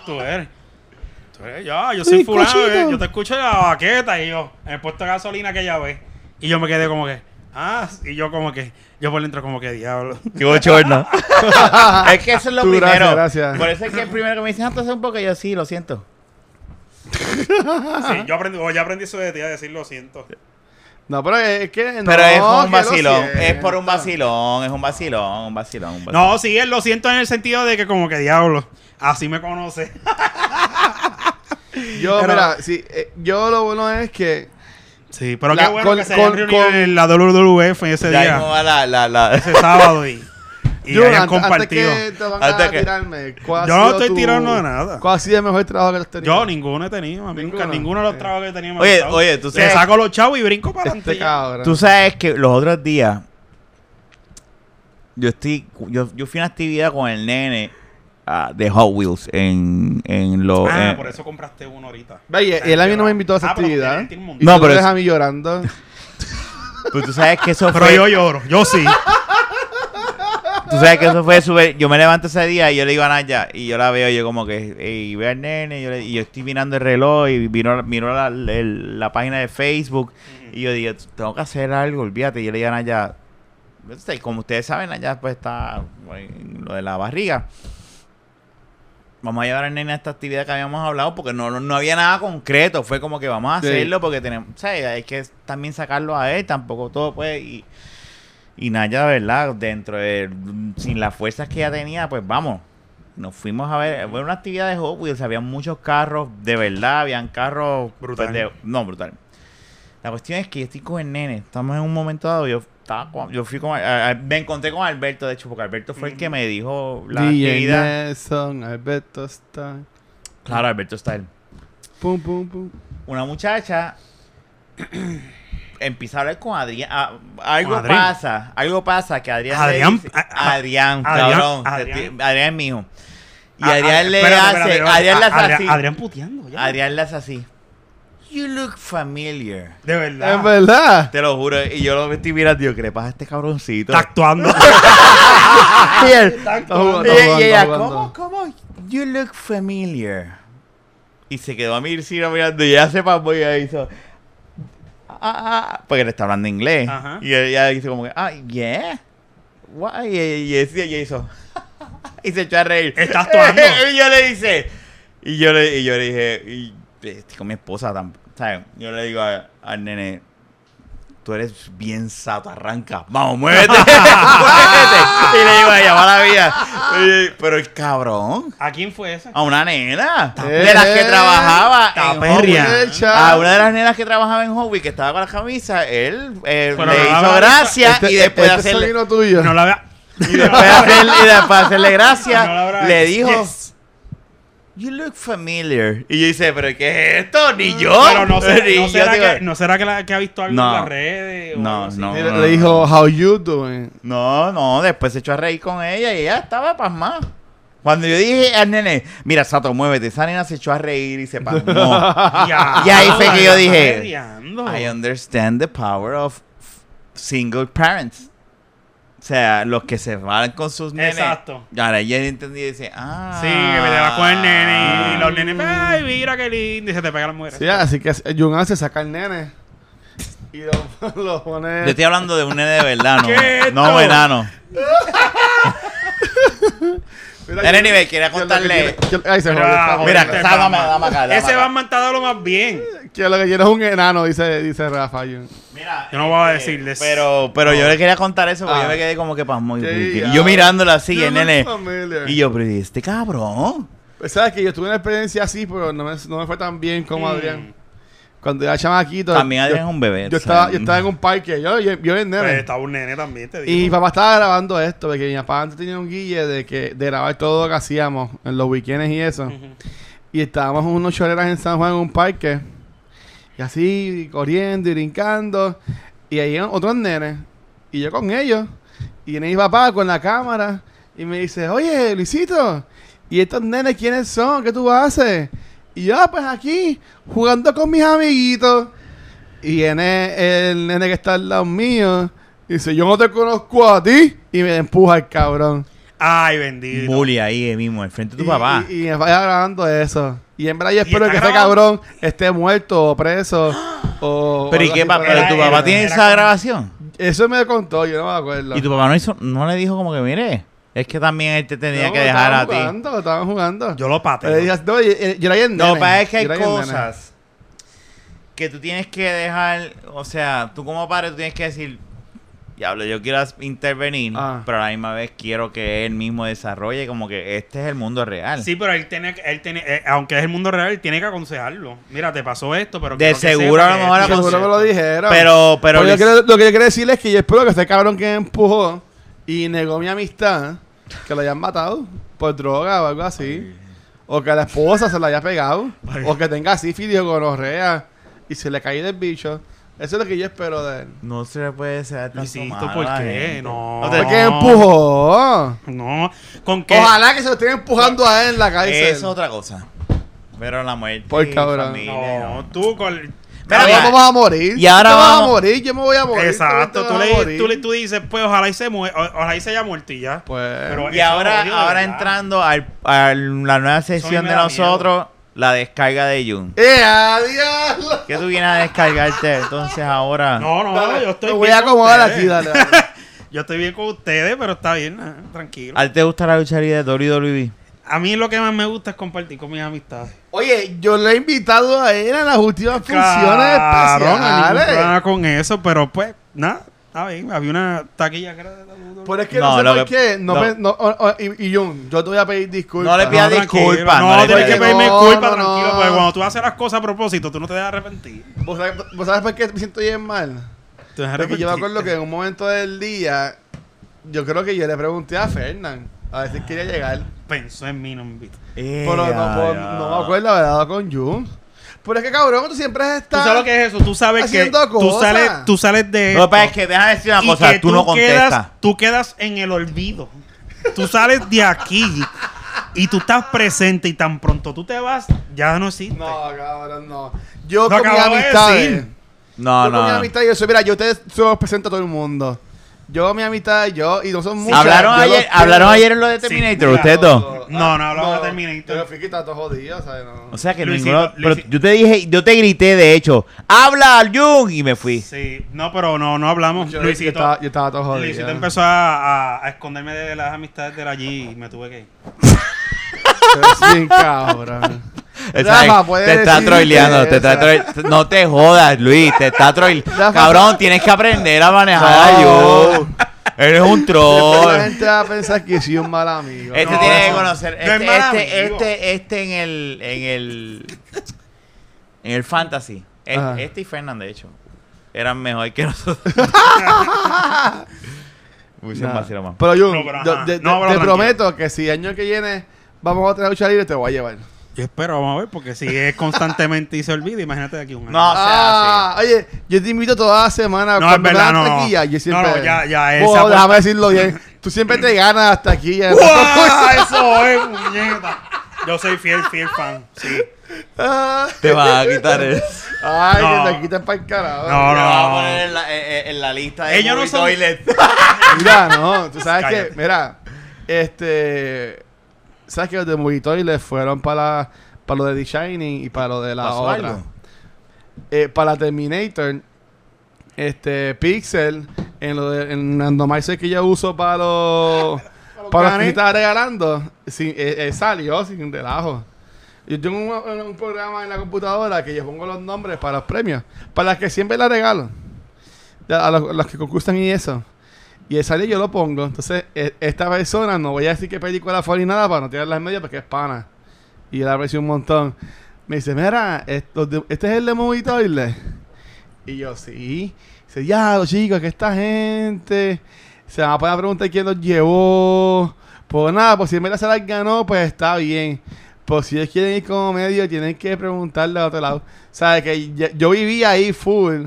tú eres. Tú eres yo, yo soy fulano. eh, Yo te escucho en la baqueta. Y yo, en el puesto de gasolina que ya ve. Y yo me quedé como que, ah, y yo como que, yo por dentro como que, diablo. Digo, chorno. es que eso es lo Tú, gracias, primero. gracias. Por eso es que el primero que me dicen, ah, tú haces un poco, yo sí, lo siento. Sí, yo aprendí, o ya aprendí eso de ti a decir lo siento. No, pero es que. Pero no, es que un lo vacilón, es siento. por un vacilón, es un vacilón, un vacilón, un vacilón. No, sí, él lo siento en el sentido de que como que, diablo, así me conoce. Yo, Pero- mira, sí, eh, yo lo bueno es que. Sí, pero La- qué bueno con- que se hayan con- reunido con- en la WWF ese Ya día, mismo va la, la, la- ese sábado y, y Yo, hayan an- compartido. Antes que te van Antes a que- tirarme, ¿cuál ha Yo no sido estoy tu- tirando de nada. ¿Cuál ha sido el mejor trabajo que has tenido? Yo ninguno he tenido, a mí nunca, Ninguno. ninguno de los Sí. trabajos que he tenido me ha Oye, gustado. oye, tú Le sabes- saco los chavos y brinco para adelante. Este cabrón. Tú sabes que los otros días yo estoy yo, yo fui a una actividad con el nene ah, de Hot Wheels en en los ah, en- por eso compraste uno ahorita. Ve, y- y él a mí no me invitó a esa Ah, pero actividad. tiene un Y montón. No, tú pero me dejas es- a mí llorando. pues tú sabes que eso Pero fue yo lloro, yo [laughs] sí. tú sabes que eso fue súper yo me levanto ese día y yo le digo a Naya y yo la veo yo como que y ve al nene y yo, le- y yo estoy mirando el reloj y miro, miro la, el- la página de Facebook Y yo dije, tengo que hacer algo, olvídate. Y yo le dije a Naya, este, como ustedes saben, Naya pues está en lo de la barriga. Vamos a llevar al nene a esta actividad que habíamos hablado porque no, no, no había nada concreto. Fue como que vamos a Sí. hacerlo porque tenemos, ¿sabes? Hay que también sacarlo a él, tampoco todo pues. Y, y Naya, de verdad, dentro de, sin las fuerzas que ella tenía, pues vamos. Nos fuimos a ver, fue una actividad de Hot Wheels, había muchos carros, de verdad, habían carros... pues, Brutal. de- no, brutal. La cuestión es que yo estoy con el nene. Estamos en un momento dado. Yo estaba con- yo fui con, a- a- me encontré con Alberto, de hecho, porque Alberto fue el que me dijo [laughs] la DJ actividad. Nelson, Alberto está. Claro, Alberto está él. Pum, pum, pum. Una muchacha [clears throat] empieza a hablar con Adrián. Ah, algo Con Adrián. pasa, algo pasa que Adrián. le Adrián, dice- a- a- Adrián, Adrián, cabrón. te Adrián. estoy- Adrián es mi hijo. Y Ah, Adrián le espérate, hace. espérate, espérate. Adrián le Ah, hace así. Adrián, Adrián puteando. ya. Adrián le hace así. You look familiar. De Es verdad. verdad. Te lo juro. Y yo lo estoy mirando, digo, ¿qué le pasa a este cabroncito? Está [laughs] actuando. Y él, [laughs] Está jugando, y- está jugando, y ella, está ¿cómo, jugando. cómo? You look familiar. Y se quedó a mí Ciro, mirando y ella se pasmó y ella hizo... "Ah, Ah, ah", porque le está hablando inglés. Ajá. Y ella hizo como que, ah, yeah. Why? Y, y, y ella hizo... y se echó a reír. Está actuando. [laughs] y yo le hice... Y yo le, y yo le dije... y estoy con mi esposa también. ¿sabes? Yo le digo a- al nene... Tú eres bien sato, arranca. Vamos, muévete. [laughs] muévete. Y le digo a ella, mala vida. Oye, Pero el cabrón. ¿A quién fue ese? A una nena. Eh, De las que trabajaba. está en perria. Hobby. El chat. A una de las nenas que trabajaba en Hobby, que estaba con la camisa, él eh, Pero le no hizo hablaba- gracia Este- y después de este hacerle, sobrino [laughs] tuyo. No la vea. y después de hacerle, y después de hacerle gracia, No la habrá- le dijo, Yes. you look familiar. Y yo dice, pero ¿qué es esto? Ni [laughs] yo. Mm, Pero no será, [laughs] Ni no yo será digo, que, no será que, la, que ha visto algo No. en las redes. o No, algo así. no. Y le, le dijo, How you doing? No, no, después se echó a reír con ella y ella estaba pasmada. Cuando yo dije al nene, mira, Sato, muévete, esa nena se echó a reír y [laughs] se pasmó. [laughs] Ya, Y ahí fue que yo está dije, mediando. I understand the power of single parents. sea, los que se van con sus nenes. Exacto. Ahora ella entendí y dice, ah. Sí, que me te vas con el nene y los nenes, ay, mira qué lindo, y se te pegan las mujeres. Sí, así que Jung se saca el nene. Y lo, [laughs] lo Yo pone. estoy hablando de un nene de verdad, ¿Qué no. esto? no, enano. Pero Mira, yo- anyway, quería ¿qué es lo que contarle- quiere? ¿Qué- Ay, se Pero, jodió, está ah, jodido. Mira, Este dame, Batman. dame acá, dame Ese acá. va matado lo más bien. Que lo que quiere es un enano, dice, dice Rafa Jung. Mira, Yo no voy a este, decirles. Pero, pero yo le quería contar eso porque Ah. yo me quedé como que pasmo. Y, Sí, y- y ya. yo mirándola así, Yo el no nene. familiar. Y yo, pero ¿y este cabrón. Pues, Sabes que yo tuve una experiencia así, pero no me, no me fue tan bien como Mm. Adrián. Cuando era chamaquito. También Adrián yo, es un bebé. yo o sea, estaba, yo estaba en un parque. Yo, yo, yo era el nene. Pero estaba un nene también, te Y mi digo. papá estaba grabando esto, porque mi papá antes tenía un guille de que de grabar todo lo que hacíamos en los weekends y eso. Y estábamos en unos choreras en San Juan en un parque. Y así, corriendo y brincando. Y ahí eran otros nenes. Y yo con ellos. Y viene mi papá con la cámara. Y me dice, oye, Luisito, ¿y estos nenes quiénes son? ¿Qué tú haces? Y yo, "Ah, pues aquí, jugando con mis amiguitos. Y viene el nene que está al lado mío. Y dice, yo no te conozco a ti. Y me empuja el cabrón. Ay, bendito. Bully ahí eh, mismo, al frente de tu Y- papá. Y, y me vaya grabando eso. Y en verdad yo espero está que ese grabando? cabrón esté muerto o preso. [gasps] o, pero ¿y o algo qué así papá? por pero ahí. ¿Tu era- papá tiene era esa como- grabación? Eso me lo contó, yo no me acuerdo. Y tu papá no hizo, no le dijo como que, mire, es que también él te tenía No, que dejar a estaban ti. jugando, Estaban jugando. Yo lo pateo. Pero digas, no, yo, yo era bien No, nene, pero es que yo hay era bien nene. cosas que tú tienes que dejar, o sea, tú como padre tú tienes que decir, diablo, yo quiero as- intervenir, Ah. pero a la misma vez quiero que él mismo desarrolle como que este es el mundo real. Sí, pero él tiene, que- él tiene eh, aunque es el mundo real, él tiene que aconsejarlo. Mira, te pasó esto, pero. De quiero que seguro sepas a lo que mejor esto- Seguro me lo dijeron. Pero, pero, Porque yo Luis- quiero- lo que yo quiero decirles es que yo espero que este cabrón que me empujó y negó mi amistad, que lo hayan matado por droga o algo así. O que la esposa se la haya pegado. Ay. O que tenga sífilis o gonorrea y se le caiga el bicho. Eso es lo que yo espero de él. no se le puede ser tan Luisito, malo ¿por a la qué? gente. No. ¿Por qué empujó? No. ¿Con qué? Ojalá que se lo estén empujando a él en la Eso cárcel. es otra cosa. Pero la muerte. Por cabrón. familia, No, no. tú con. Pero Cabrón, mira, vamos a morir. y ahora Tú te vas a vamos- morir, yo me voy a morir. Exacto, tú te vas a le, morir. tú, le, tú dices, pues ojalá y se mue- o- ojalá y se haya muerto y ya. Pues, Pero- Y Eso ahora, lo odio, de ahora verdad. entrando al- a la nueva sección me de da nosotros, la descarga de Jun. ¡Eh, adiós! ¿Qué tú vienes a descargarte entonces ahora? No, no, Dale, yo estoy me voy bien a con acomodar ustedes. aquí, dale. dale. Yo estoy bien con ustedes, pero está bien, ah, tranquilo. ¿A ti te gusta la lucharía de WWE? A mí lo que más me gusta es compartir con mis amistades. Oye, yo le he invitado a él a las últimas Claro, no hay ningún funciones especiales. problema con eso, pero pues, nada, está bien. Había una taquilla que era de saludo. Pero es que No, no, lo sé por que- qué. No no. me- no, oh, oh, y, y Jun, yo te voy a pedir disculpas. No le pidas tranquilo, disculpas, No, no le tienes pidas que pedirme disculpas. culpa, No, no, tranquilo, no. porque cuando tú haces las cosas a propósito, tú no te dejas arrepentir. ¿Vos, sabes, vos sabes por qué me siento bien mal? Te dejas Porque yo me acuerdo que arrepentir. en un momento del día, yo creo que yo le pregunté a Fernán a ver si quería llegar. Eh, Pensó en mí, no me invito. Pero no, por- no me acuerdo haber dado con Jun. Pero es que cabrón, tú siempre Tú estás. sabes lo que es eso, tú sabes que haciendo tú cosas. sales, tú sales de. Lo que pasa es esto. que déjame decir una y cosa, que tú no contestas. Quedas, tú quedas en el olvido. Tú sales de aquí y tú estás presente y tan pronto tú te vas, ya no existe. No, cabrón, no. Yo Lo con mis acabo de amistades. decir. No, yo con no. mi no. amistad, yo soy, mira, yo te se los presento a todo el mundo. Yo, mi amistad, yo, y no son muchas. Hablaron yo los ayer, quiero. hablaron ayer en lo de Sí, Terminator, mira, ustedes dos. No, no hablamos de Terminator. Pero Fiki está todo jodido, ¿sabes? No. O sea que Luisito, ninguno. pero Luisito. yo te dije, yo te grité de hecho, habla Jun y me fui. Sí, no, pero no, no hablamos. yo, yo Luisito, estaba, yo estaba todo jodido. Luisito empezó a, a- a esconderme de las amistades de allí y me tuve que ir. Eres [laughs] bien cabrón. Esa Rafa, es- puedes te está decir troileando, que te está esa- troile- No te jodas, Luis, te está troileando. Rafa, Cabrón, tienes que aprender a manejar a No. Jun. Eres un Después troll. La gente va a pensar que soy un mal amigo. Este No, tiene que no. conocer. No Este, es mal este, amigo. este, este en el. En el. En el fantasy. El- Ajá. este y Fernan, de hecho. Eran mejor que [laughs] nosotros. Hubiese un Nah. vacilo más. Pero yo, No, pero yo- ajá. de- de- No, pero te tranquilo. prometo que si el año que viene vamos a tener lucha libre, te voy a llevar. Yo espero, vamos a ver, porque si es constantemente y se olvida, imagínate de aquí un año. No, o sea, Ah, oye, yo te invito toda la semana. No, Cuando es me verdad, dan no. taquilla, yo siempre. No, no, ya- ya, él Oh, se ha déjame decirlo bien. Tú siempre te ganas taquilla. ¡Guau! Eso es, puñeta. Yo soy fiel, fiel fan. Sí. Ah, Te vas a quitar eso. Ay, No. que te quitan para el carajo. No, Te no. vas a poner en la, en- en la lista de Ellos no movie son- toilet. Mira, no, tú sabes Cállate. que, mira, este, sabes que los de Movie Toilet fueron para, para lo de The Shining y para lo de la ¿Pasó otra. algo? Eh, para la Terminator, este, Pixel, en lo de, en randomizer que yo uso para los, para los que canes. estaba regalando, sin- eh, eh, salió sin relajo. Yo tengo un, un programa en la computadora que yo pongo los nombres para los premios, para las que siempre la regalo, a los, los que concursan y eso. Y el salió yo lo pongo. Entonces, e- esta persona, no voy a decir qué película fue ni nada para no tirarla en medio porque es pana. Y yo la aprecio un montón. Me dice, mira, est- los de- este es el de Movie Toilet. Y yo, sí. Dice, ya, los chicos, que esta gente se van a poner a preguntar quién los llevó. Pues nada, pues si en verdad se las ganó, pues está bien. Pues si ellos quieren ir como medio, tienen que preguntarle a otro lado. O sea, que ya- yo viví ahí full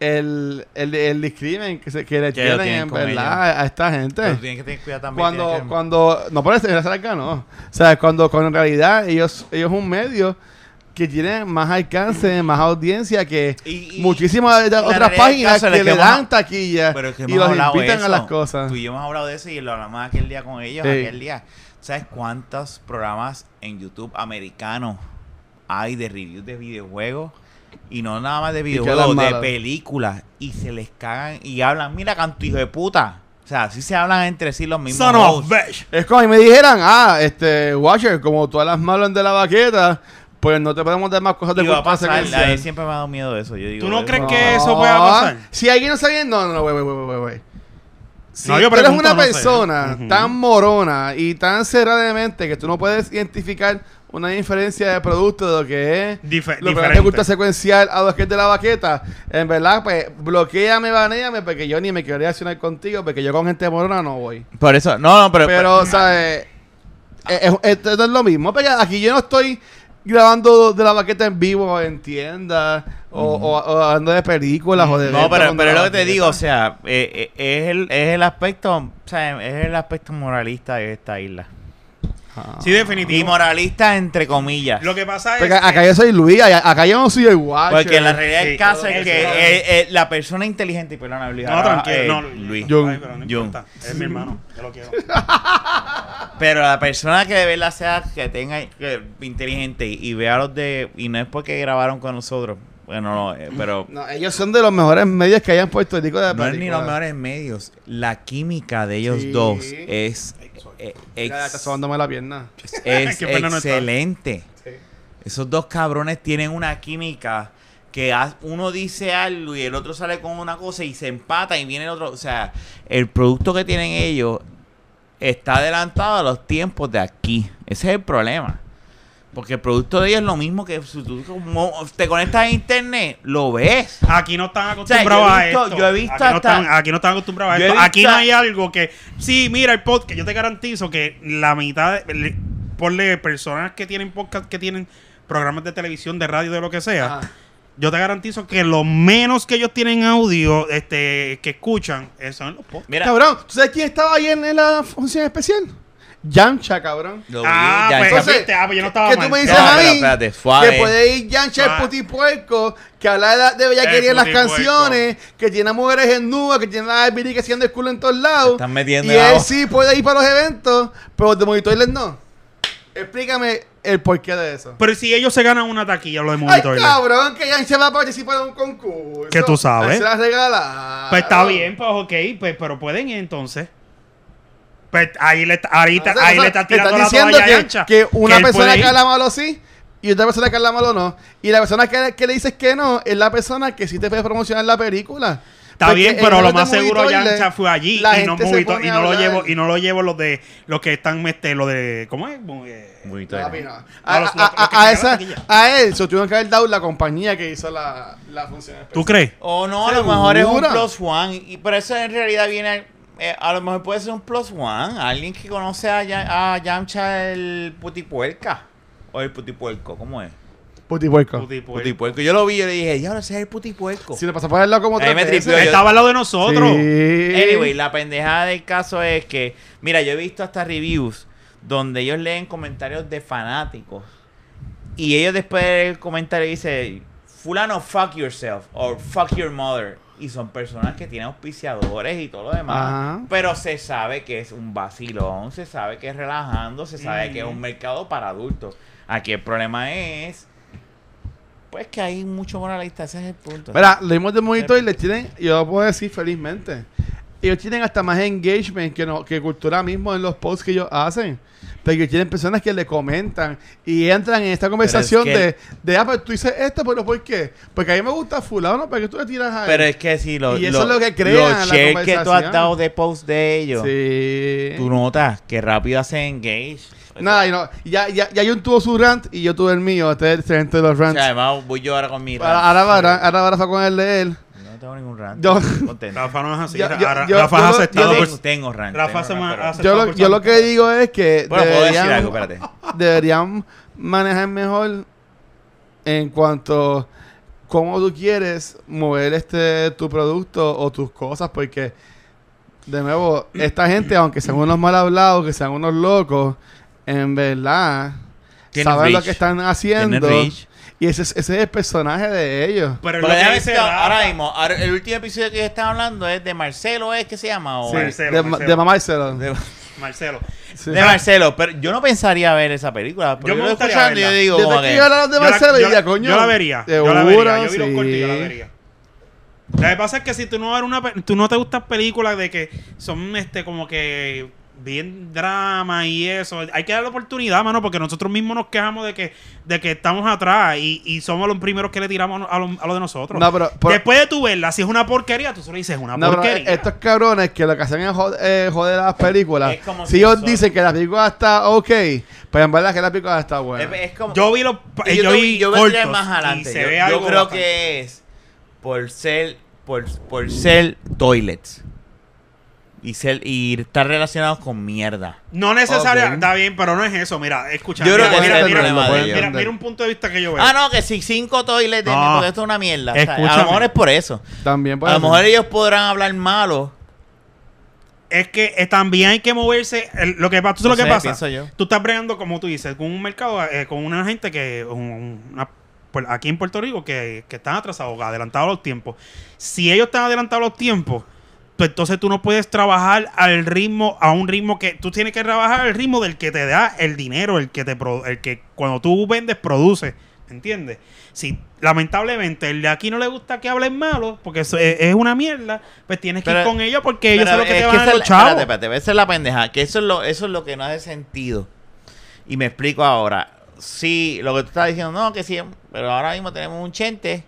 el, el, el discrimen que, se, que le Que ellos tienen, tienen en con verdad ellos. a, a esta gente. Pero tienes que tener cuidado también. cuando, tienes que- cuando, no parece que se no. O sea, cuando, cuando en realidad ellos, ellos son un medio que tiene más [clears throat] alcance, más audiencia que Y- y- muchísimas de- la otras realidad del páginas caso que es que le hemos- dan taquilla Pero es que [laughs] y hemos los hablado invitan eso. a las cosas. Tú y yo hemos hablado de eso y lo hablamos aquel día con ellos, Sí. aquel día. ¿Sabes cuántos programas en YouTube americanos hay de reviews de videojuegos? Y no nada más de que hablan videojuegos, de malas. películas. Y se les cagan y hablan, mira canto hijo de puta. O sea, así se hablan entre sí los mismos. Son of hosts. bitch. Es como a mí me dijeran, ah, este, Watcher, como todas las malas de la vaqueta, pues no te podemos dar más cosas de Y va a culpa pasar, secuencial. a mí siempre me ha dado miedo eso. Yo digo, ¿Tú no eso- crees No. que eso pueda pasar? Si alguien no sabe, no, no, no, güey, güey, güey, güey, güey. Si No, yo tú eres pregunto, una no sé. persona Ujú. tan morona y tan cerrada de mente que tú no puedes identificar una diferencia de producto de lo que es Dife- lo que diferente. te gusta secuencial a los que es de la vaqueta, en verdad, pues bloqueame, baneame, porque yo ni me quiero relacionar contigo, porque yo con gente morona no voy. Por eso, no, no, pero. pues, Pero, o sea, eh, eh, eh, esto esto es lo mismo. Porque aquí yo no estoy grabando de la baqueta en vivo en tiendas o, o- o hablando de películas o de. No, eventos pero, con pero es la lo que te baqueta. digo, o sea, eh, eh, es, el, es el aspecto, o sea, es el aspecto moralista de esta isla. Ah. Sí, Y definitivo. moralista entre comillas. Lo que pasa es. Porque acá yo soy Luis, allá- acá yo no soy igual. Porque la realidad Sí, del caso todo es eso, que todo eh, eh, la persona inteligente, y perdona, Luis, No, ahora, tranquilo. eh, No, Luis. Jun, Ay, pero no Jun. importa. Es mi hermano. Yo lo quiero. Pero la persona que de verdad sea, que tenga que, inteligente y, y vea los de. Y no es porque grabaron con nosotros. Bueno, no, eh, pero. No, ellos son de los mejores medios que hay en Puerto Rico de No es ni películas. los mejores medios. La química de ellos Sí. dos es. eh, Mira, ya está ex- sobándome la pierna. es [laughs] Qué pena no estar. excelente. Esos dos cabrones tienen una química que haz- uno dice algo y el otro sale con una cosa y se empata y viene el otro. O sea, el producto que tienen ellos está adelantado a los tiempos de aquí. Ese es el problema. Porque el producto de ellos es lo mismo que si tú como te conectas a internet, lo ves. Aquí no están sea, yo he acostumbrados visto- a esto. yo he visto aquí No hasta- están, aquí no están acostumbrados a Yo he esto. visto- Aquí no hay algo que. Sí, mira el podcast. Yo te garantizo que la mitad. De, le- ponle personas que tienen podcast, que tienen programas de televisión, de radio, de lo que sea. Ajá. Yo te garantizo que lo menos que ellos tienen audio, este, que escuchan, eh, son los podcasts. Mira, Cabrón, ¿tú sabes quién estaba ahí en, en la función especial? Yamcha, cabrón. lo vi, Ah, ya pues, está- entonces- Viste, ah, pues yo no estaba que mal. tú me dices No, a pero mí espérate, suave. que puede ir Yancha el Suave. putipuerco, que habla de, de bellaquería El en las putipuerco. canciones, que tiene a mujeres en nubes, que tiene a Billy que haciendo el culo en todos lados. están metiendo y la él voz. sí puede ir para los eventos, pero los de Monitoiles no. Explícame el porqué de eso. Pero si ellos se ganan una taquilla, lo de Ay, monitor. cabrón, que Yancha va a participar en un concurso. Que tú sabes. Ahí Se la regala. Pues está bien, pues ok, pues, pero pueden ir entonces. Pues ahí le, está- ahí está- O sea, ahí o sea, le estás me tirando la diciendo toalla que, ancha. que una él persona puede que ir. habla malo sí y otra persona que habla malo no. Y la persona que, que le dices que no es la persona que sí te puede promocionar la película. Está Porque bien, en pero los lo de más Movie seguro Toilet, Yancha fue allí la y no, gente se Movie Toilet- pone y a no lo hablar. llevo y no lo llevo los de los que están este lo de ¿cómo es? Eh, Muy Papi, tarde. no. A, No, los- a- los- los que a- a se esa, ganan taquilla. a él se lo tuvieron que haber dado la compañía que hizo la, la función. ¿Tú crees? O no, a lo mejor es un ¿Segura? plus one. Y por eso en realidad viene. eh, a lo mejor puede ser un plus one. Alguien que conoce a, Ya- a Yamcha el putipuerca. O el putipuerco, ¿cómo es? Putipuerco. Putipuerco. Yo lo vi y le dije, y ahora ese es el putipuerco. Si le pasas por el lado como Ahí me tripió Él yo- Estaba al lado de nosotros. Sí. Anyway, la pendejada del caso es que, mira, yo he visto hasta reviews donde ellos leen comentarios de fanáticos. Y ellos después del comentario dice fulano fuck yourself o fuck your mother. Y son personas que tienen auspiciadores y todo lo demás. Ajá. Pero se sabe que es un vacilón, se sabe que es relajando, se sabe Mm. que es un mercado para adultos. Aquí el problema es, pues que hay mucho moralista, ese es el punto. Verá, lo vimos de monitor y le tienen, yo lo puedo decir felizmente, ellos tienen hasta más engagement que, no, que cultura mismo en los posts que ellos hacen. Porque tienen personas que le comentan y entran en esta conversación que- de, de, ah, pues tú dices esto, pero ¿por qué? Porque a mí me gusta fulano, ¿para qué tú le tiras a él? Pero es que si lo, Y eso es lo que crea los la shares que tú has conversación. dado de post de ellos, Sí. tú notas que rápido hacen engage. Nada, y no, ya, ya, ya Jun tuvo su rant y yo tuve el mío. Este es el siguiente de los O sea, rants. además voy yo ahora con mi rant. Ahora ahora ahora ahora fue con el de él. No tengo ningún rant. Yo- estoy contento. Rafa no es así. Yo- yo- Ra- yo- Rafa yo ha lo- aceptado. pues, yo tengo, por- tengo rant. Rafa tengo se rant, ma- pero- hace- Yo lo, yo lo que digo es que Bueno, puedo decir deberían- algo, espérate. deberían manejar mejor en cuanto cómo tú quieres mover este tu producto o tus cosas porque de nuevo esta gente aunque sean unos mal hablados que sean unos locos en verdad Tienen saben lo reach. que están Tienen haciendo reach. y ese, es- ese es el personaje de ellos Pero, Pero lo que déjame dice decirte, ahora Rafa- mismo, ahora- el último episodio que yo estaba hablando es de Marcelo, ¿es que se llama? O Sí, Marcelo, de, Marcelo. de mamá Marcelo. de, Marcelo. Sí. de Marcelo, pero yo no pensaría ver esa película. Yo Pero yo, me lo gustaría escuchando y yo verla. digo, Desde como que que- yo hablaba de Yo la- Marcelo yo y la- ya, coño. Yo la vería. Yo la vería. Yo vi los seguro, cortos y yo la sí. vería. Lo que pasa es que si tú no, eres una, pe- tú no te gustan películas de que son este como que bien drama y eso, hay que darle oportunidad, mano, porque nosotros mismos nos quejamos de que, de que estamos atrás y, y somos los primeros que le tiramos a lo, a lo de nosotros. No, pero- pero- Después de tu verla, si es una porquería, tú solo dices Ah, es una No, pero eh, eh, porquería. estos cabrones que lo que hacen es jod- eh, joder, las películas. Es como Si, si ellos son- dicen que la película está ok, pues en verdad que la película está buena. es, es como, Yo vi los Y yo, te- vi yo voy a tirar cortos más y adelante. se Yo, ve yo algo creo bacán. que es por ser por, por ser toilets y ser y estar relacionados con mierda. No necesariamente, Ok. está bien, pero no es eso. Mira, escucha. Yo creo mira, que mira, ese es el mira, problema mira, de ellos. mira, mira un punto de vista que yo veo. Ah, no, que si cinco toilets de Pues No. mierda, porque esto es una mierda. O sea, a Escúchame. lo mejor es por eso. También pues, puede eh, a lo ser. mejor ellos podrán hablar malo. Es que eh, también hay que moverse. el- lo que, pa- tú sabes No lo que sé, pasa. pienso yo. Tú estás bregando, como tú dices, con un mercado, eh, con una gente que. un- una- por- aquí en Puerto Rico que, que están atrasados, adelantados a los tiempos. Si ellos están adelantados a los tiempos, pues entonces tú no puedes trabajar al ritmo, a un ritmo que. Tú tienes que trabajar al ritmo del que te da el dinero, el que te pro- el que cuando tú vendes, produce. ¿Entiendes? Si lamentablemente el de aquí no le gusta que hablen malo, porque eso es, es una mierda, pues tienes que ir Pero- con ellos porque ellos Pero son los que es te van a esa dar es los la- chavos. Espérate, espérate, esa es la pendeja. Que eso es lo, eso es lo que no hace sentido. Y me explico ahora. Sí, lo que tú estás diciendo, no, que sí, pero ahora mismo tenemos un chente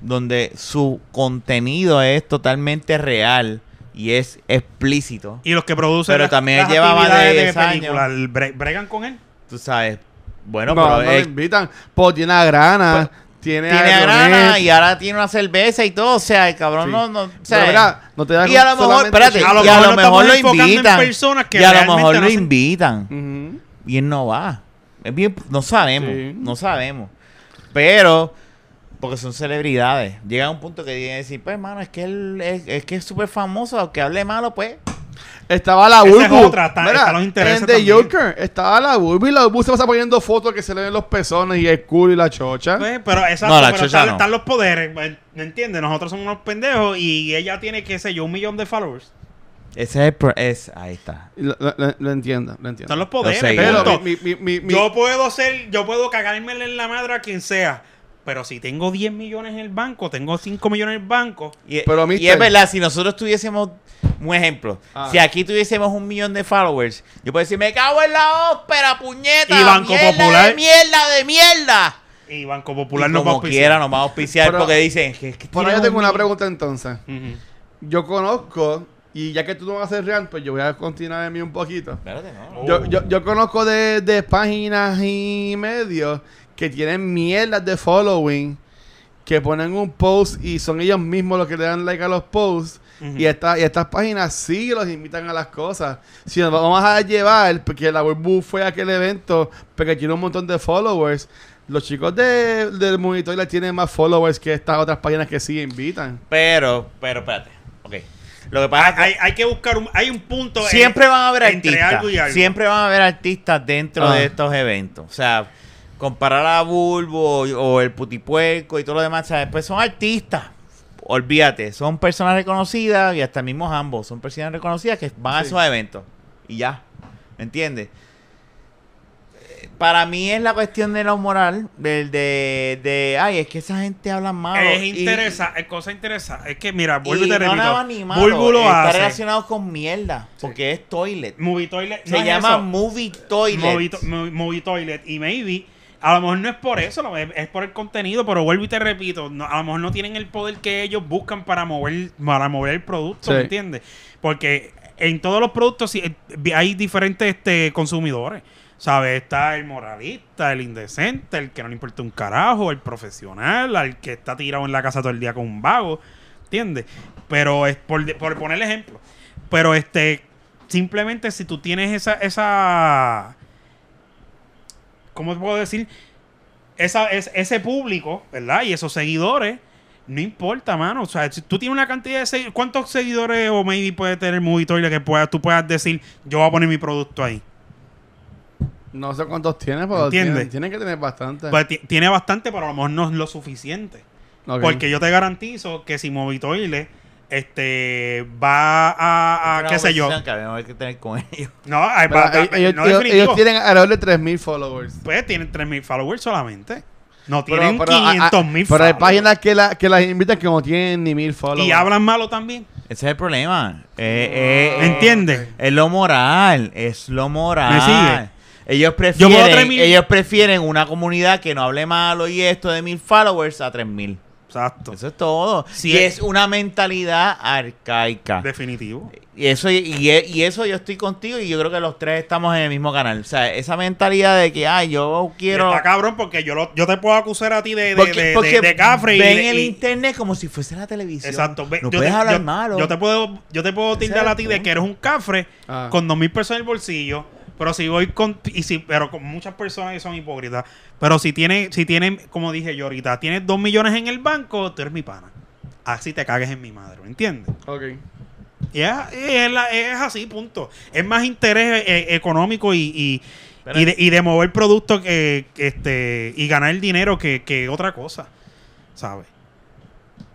donde su contenido es totalmente real y es explícito. Y los que producen Pero las- también las lleva más de actividades 10 película, años. el bre- bregan con él. Tú sabes. Bueno, No, pero no lo es- Pues, invitan. Pues tiene a Grana, tiene, tiene a Leonel. grana y ahora tiene una cerveza y todo. O sea, el cabrón Sí. no, no. o sea, Pero mira, no te da y a lo mejor, solamente- espérate, A lo y a mejor lo no mejor estamos lo enfocando en invitan. personas que Y a lo realmente mejor no lo hacen- invitan. Ujú. bien no va. Es bien, no sabemos, Sí. no sabemos. Pero, porque son celebridades, llega a un punto que tienen que decir, pues hermano, es que él es, es que es súper famoso, aunque hable malo, pues. Estaba la Esa Burbu. es otra, está- Mira, están los intereses en The también. Joker estaba la Burbu y la Burbu se pasa poniendo fotos que se le ven los pezones y el culo y la Ah. chocha. Pues, pero exacto, No, la pero chocha están, no. están los poderes. pues, ¿Me entiendes? Nosotros somos unos pendejos y ella tiene, qué sé yo, un millón de followers. Ese es el pro- es, ahí está. Lo, lo- lo- lo entiendo, lo entiendo. Están los poderes. sé, Pero punto. mi- mi- mi- mi- yo puedo ser, yo puedo cagármele en la madre a quien sea. Pero si tengo 10 millones en el banco, tengo 5 millones en el banco. Y, Pero, y mister- es verdad, si nosotros tuviésemos, un ejemplo, Ah. si aquí tuviésemos un millón de followers, yo puedo decir, me cago en la ópera, puñeta, Y Banco mierda Popular. de mierda, de mierda. Y Banco Y Popular no va a como auspiciar. quiera, nos va a auspiciar Pero- porque dicen, es que, es que Por ahí tiene yo un tengo una millón". pregunta entonces. Ujú. Yo conozco, y ya que tú no vas a hacer real, pues yo voy a continuar en mí un poquito. Espérate, no. Oh. Yo, yo, yo conozco de, de páginas y medios que tienen mierdas de following, que ponen un post y son ellos mismos los que le dan like a los posts. Ujú. y, esta- y estas páginas sí los invitan a las cosas. Si nos vamos a llevar, porque la Burbu fue a aquel evento, porque tiene un montón de followers. Los chicos de, del monitor le tienen más followers que estas otras páginas que sí invitan. Pero, pero, espérate. Ok. Lo que pasa es que Hay, hay que buscar un, hay un punto. en- siempre van a haber entre artistas. algo y algo. Siempre van a haber artistas dentro Ah. de estos eventos. O sea, comparar a Bulbo o, o el Putipuerco y todo lo demás, ¿sabes? Pues son artistas. Olvídate, son personas reconocidas y hasta mismos ambos son personas reconocidas que van a Sí. esos eventos. Y ya, ¿entiendes? Eh, Para mí es la cuestión de la moral, del de, de, ay, es que esa gente habla mal. Es y- interesa, es cosa interesante. Es que mira, vuelvo y y te no nada más ni repito. malo, Bulbu lo está hace. relacionado con mierda, porque es toilet. Movie Toilet. Se no es llama eso. Movie Toilet. Movie, to- mo- movie Toilet. Y maybe, a lo mejor no es por eso, no, es, es por el contenido, pero vuelvo y te repito, no- a lo mejor no tienen el poder que ellos buscan para mover, para mover el producto, Sí. ¿me entiendes? Porque en todos los productos sí, eh, hay diferentes este, consumidores. ¿Sabes? Está el moralista, el indecente, el que no le importa un carajo, el profesional, al que está tirado en la casa todo el día con un vago. ¿Entiendes? Pero es por, de- por poner el ejemplo. Pero este, simplemente si tú tienes esa, esa, ¿cómo te puedo decir? Esa, es, ese público, ¿verdad? Y esos seguidores, no importa, mano. O sea, si tú tienes una cantidad de seguidores, ¿cuántos seguidores o maybe puede tener Movie Toilet que pueda, tú puedas decir, yo voy a poner mi producto ahí? No sé cuántos tiene, pero ¿Entiendes? tienen, tienen que tener bastante. Pues ti- tiene bastante, pero a lo mejor no es lo suficiente. Ok. Porque yo te garantizo que si Movie Toilet, este, va a, a- Una ah, qué sé yo. conversación Que habíamos que tener con [laughs] ellos. No, hay- Pero va- ellos, va- ellos- no ellos- definitivo. ellos tienen alrededor de 3.000 followers. Pues tienen 3.000 followers solamente. No Pero- tienen pero, ah, ah, 500.000 followers. Pero hay páginas que, la- que las invitan que no tienen ni 1.000 followers. Y hablan malo también. Ese es el problema. Eh, eh, ¿Entiendes? Es lo moral. Es lo moral. Ah. ¿Me sigue? Ellos puedo prefieren, tres mil- ellos prefieren una comunidad que no hable malo y esto de mil followers a tres mil. Exacto. Eso es todo. Sí, eh. y es- es una mentalidad arcaica. Definitivo. Y eso, y, e- y eso yo estoy contigo y yo creo que los tres estamos en el mismo canal. O sea, esa mentalidad de que, ay, yo quiero... Está cabrón porque yo, lo- yo te puedo acusar a ti de, de, Porque, de- de- porque de cafre y ven de- el y- internet como si fuese la televisión. Exacto. Ve- No yo puedes te, hablar yo- malo. Yo te puedo, yo te puedo Ese es tildar a el ti de punto. que eres un cafre Ah. con dos mil pesos en el bolsillo. Pero si voy con. Y si, pero con muchas personas que son hipócritas. Pero si tienen, si tienen, como dije yo ahorita, tienes dos millones en el banco, tú eres mi pana. Así te cagues en mi madre, ¿me entiendes? Ok. Y es, y eh, es la- es así, punto. Es más interés eh, económico y, y, Pero- y de, y de mover productos que, que, este, y ganar dinero que, que otra cosa, ¿sabes?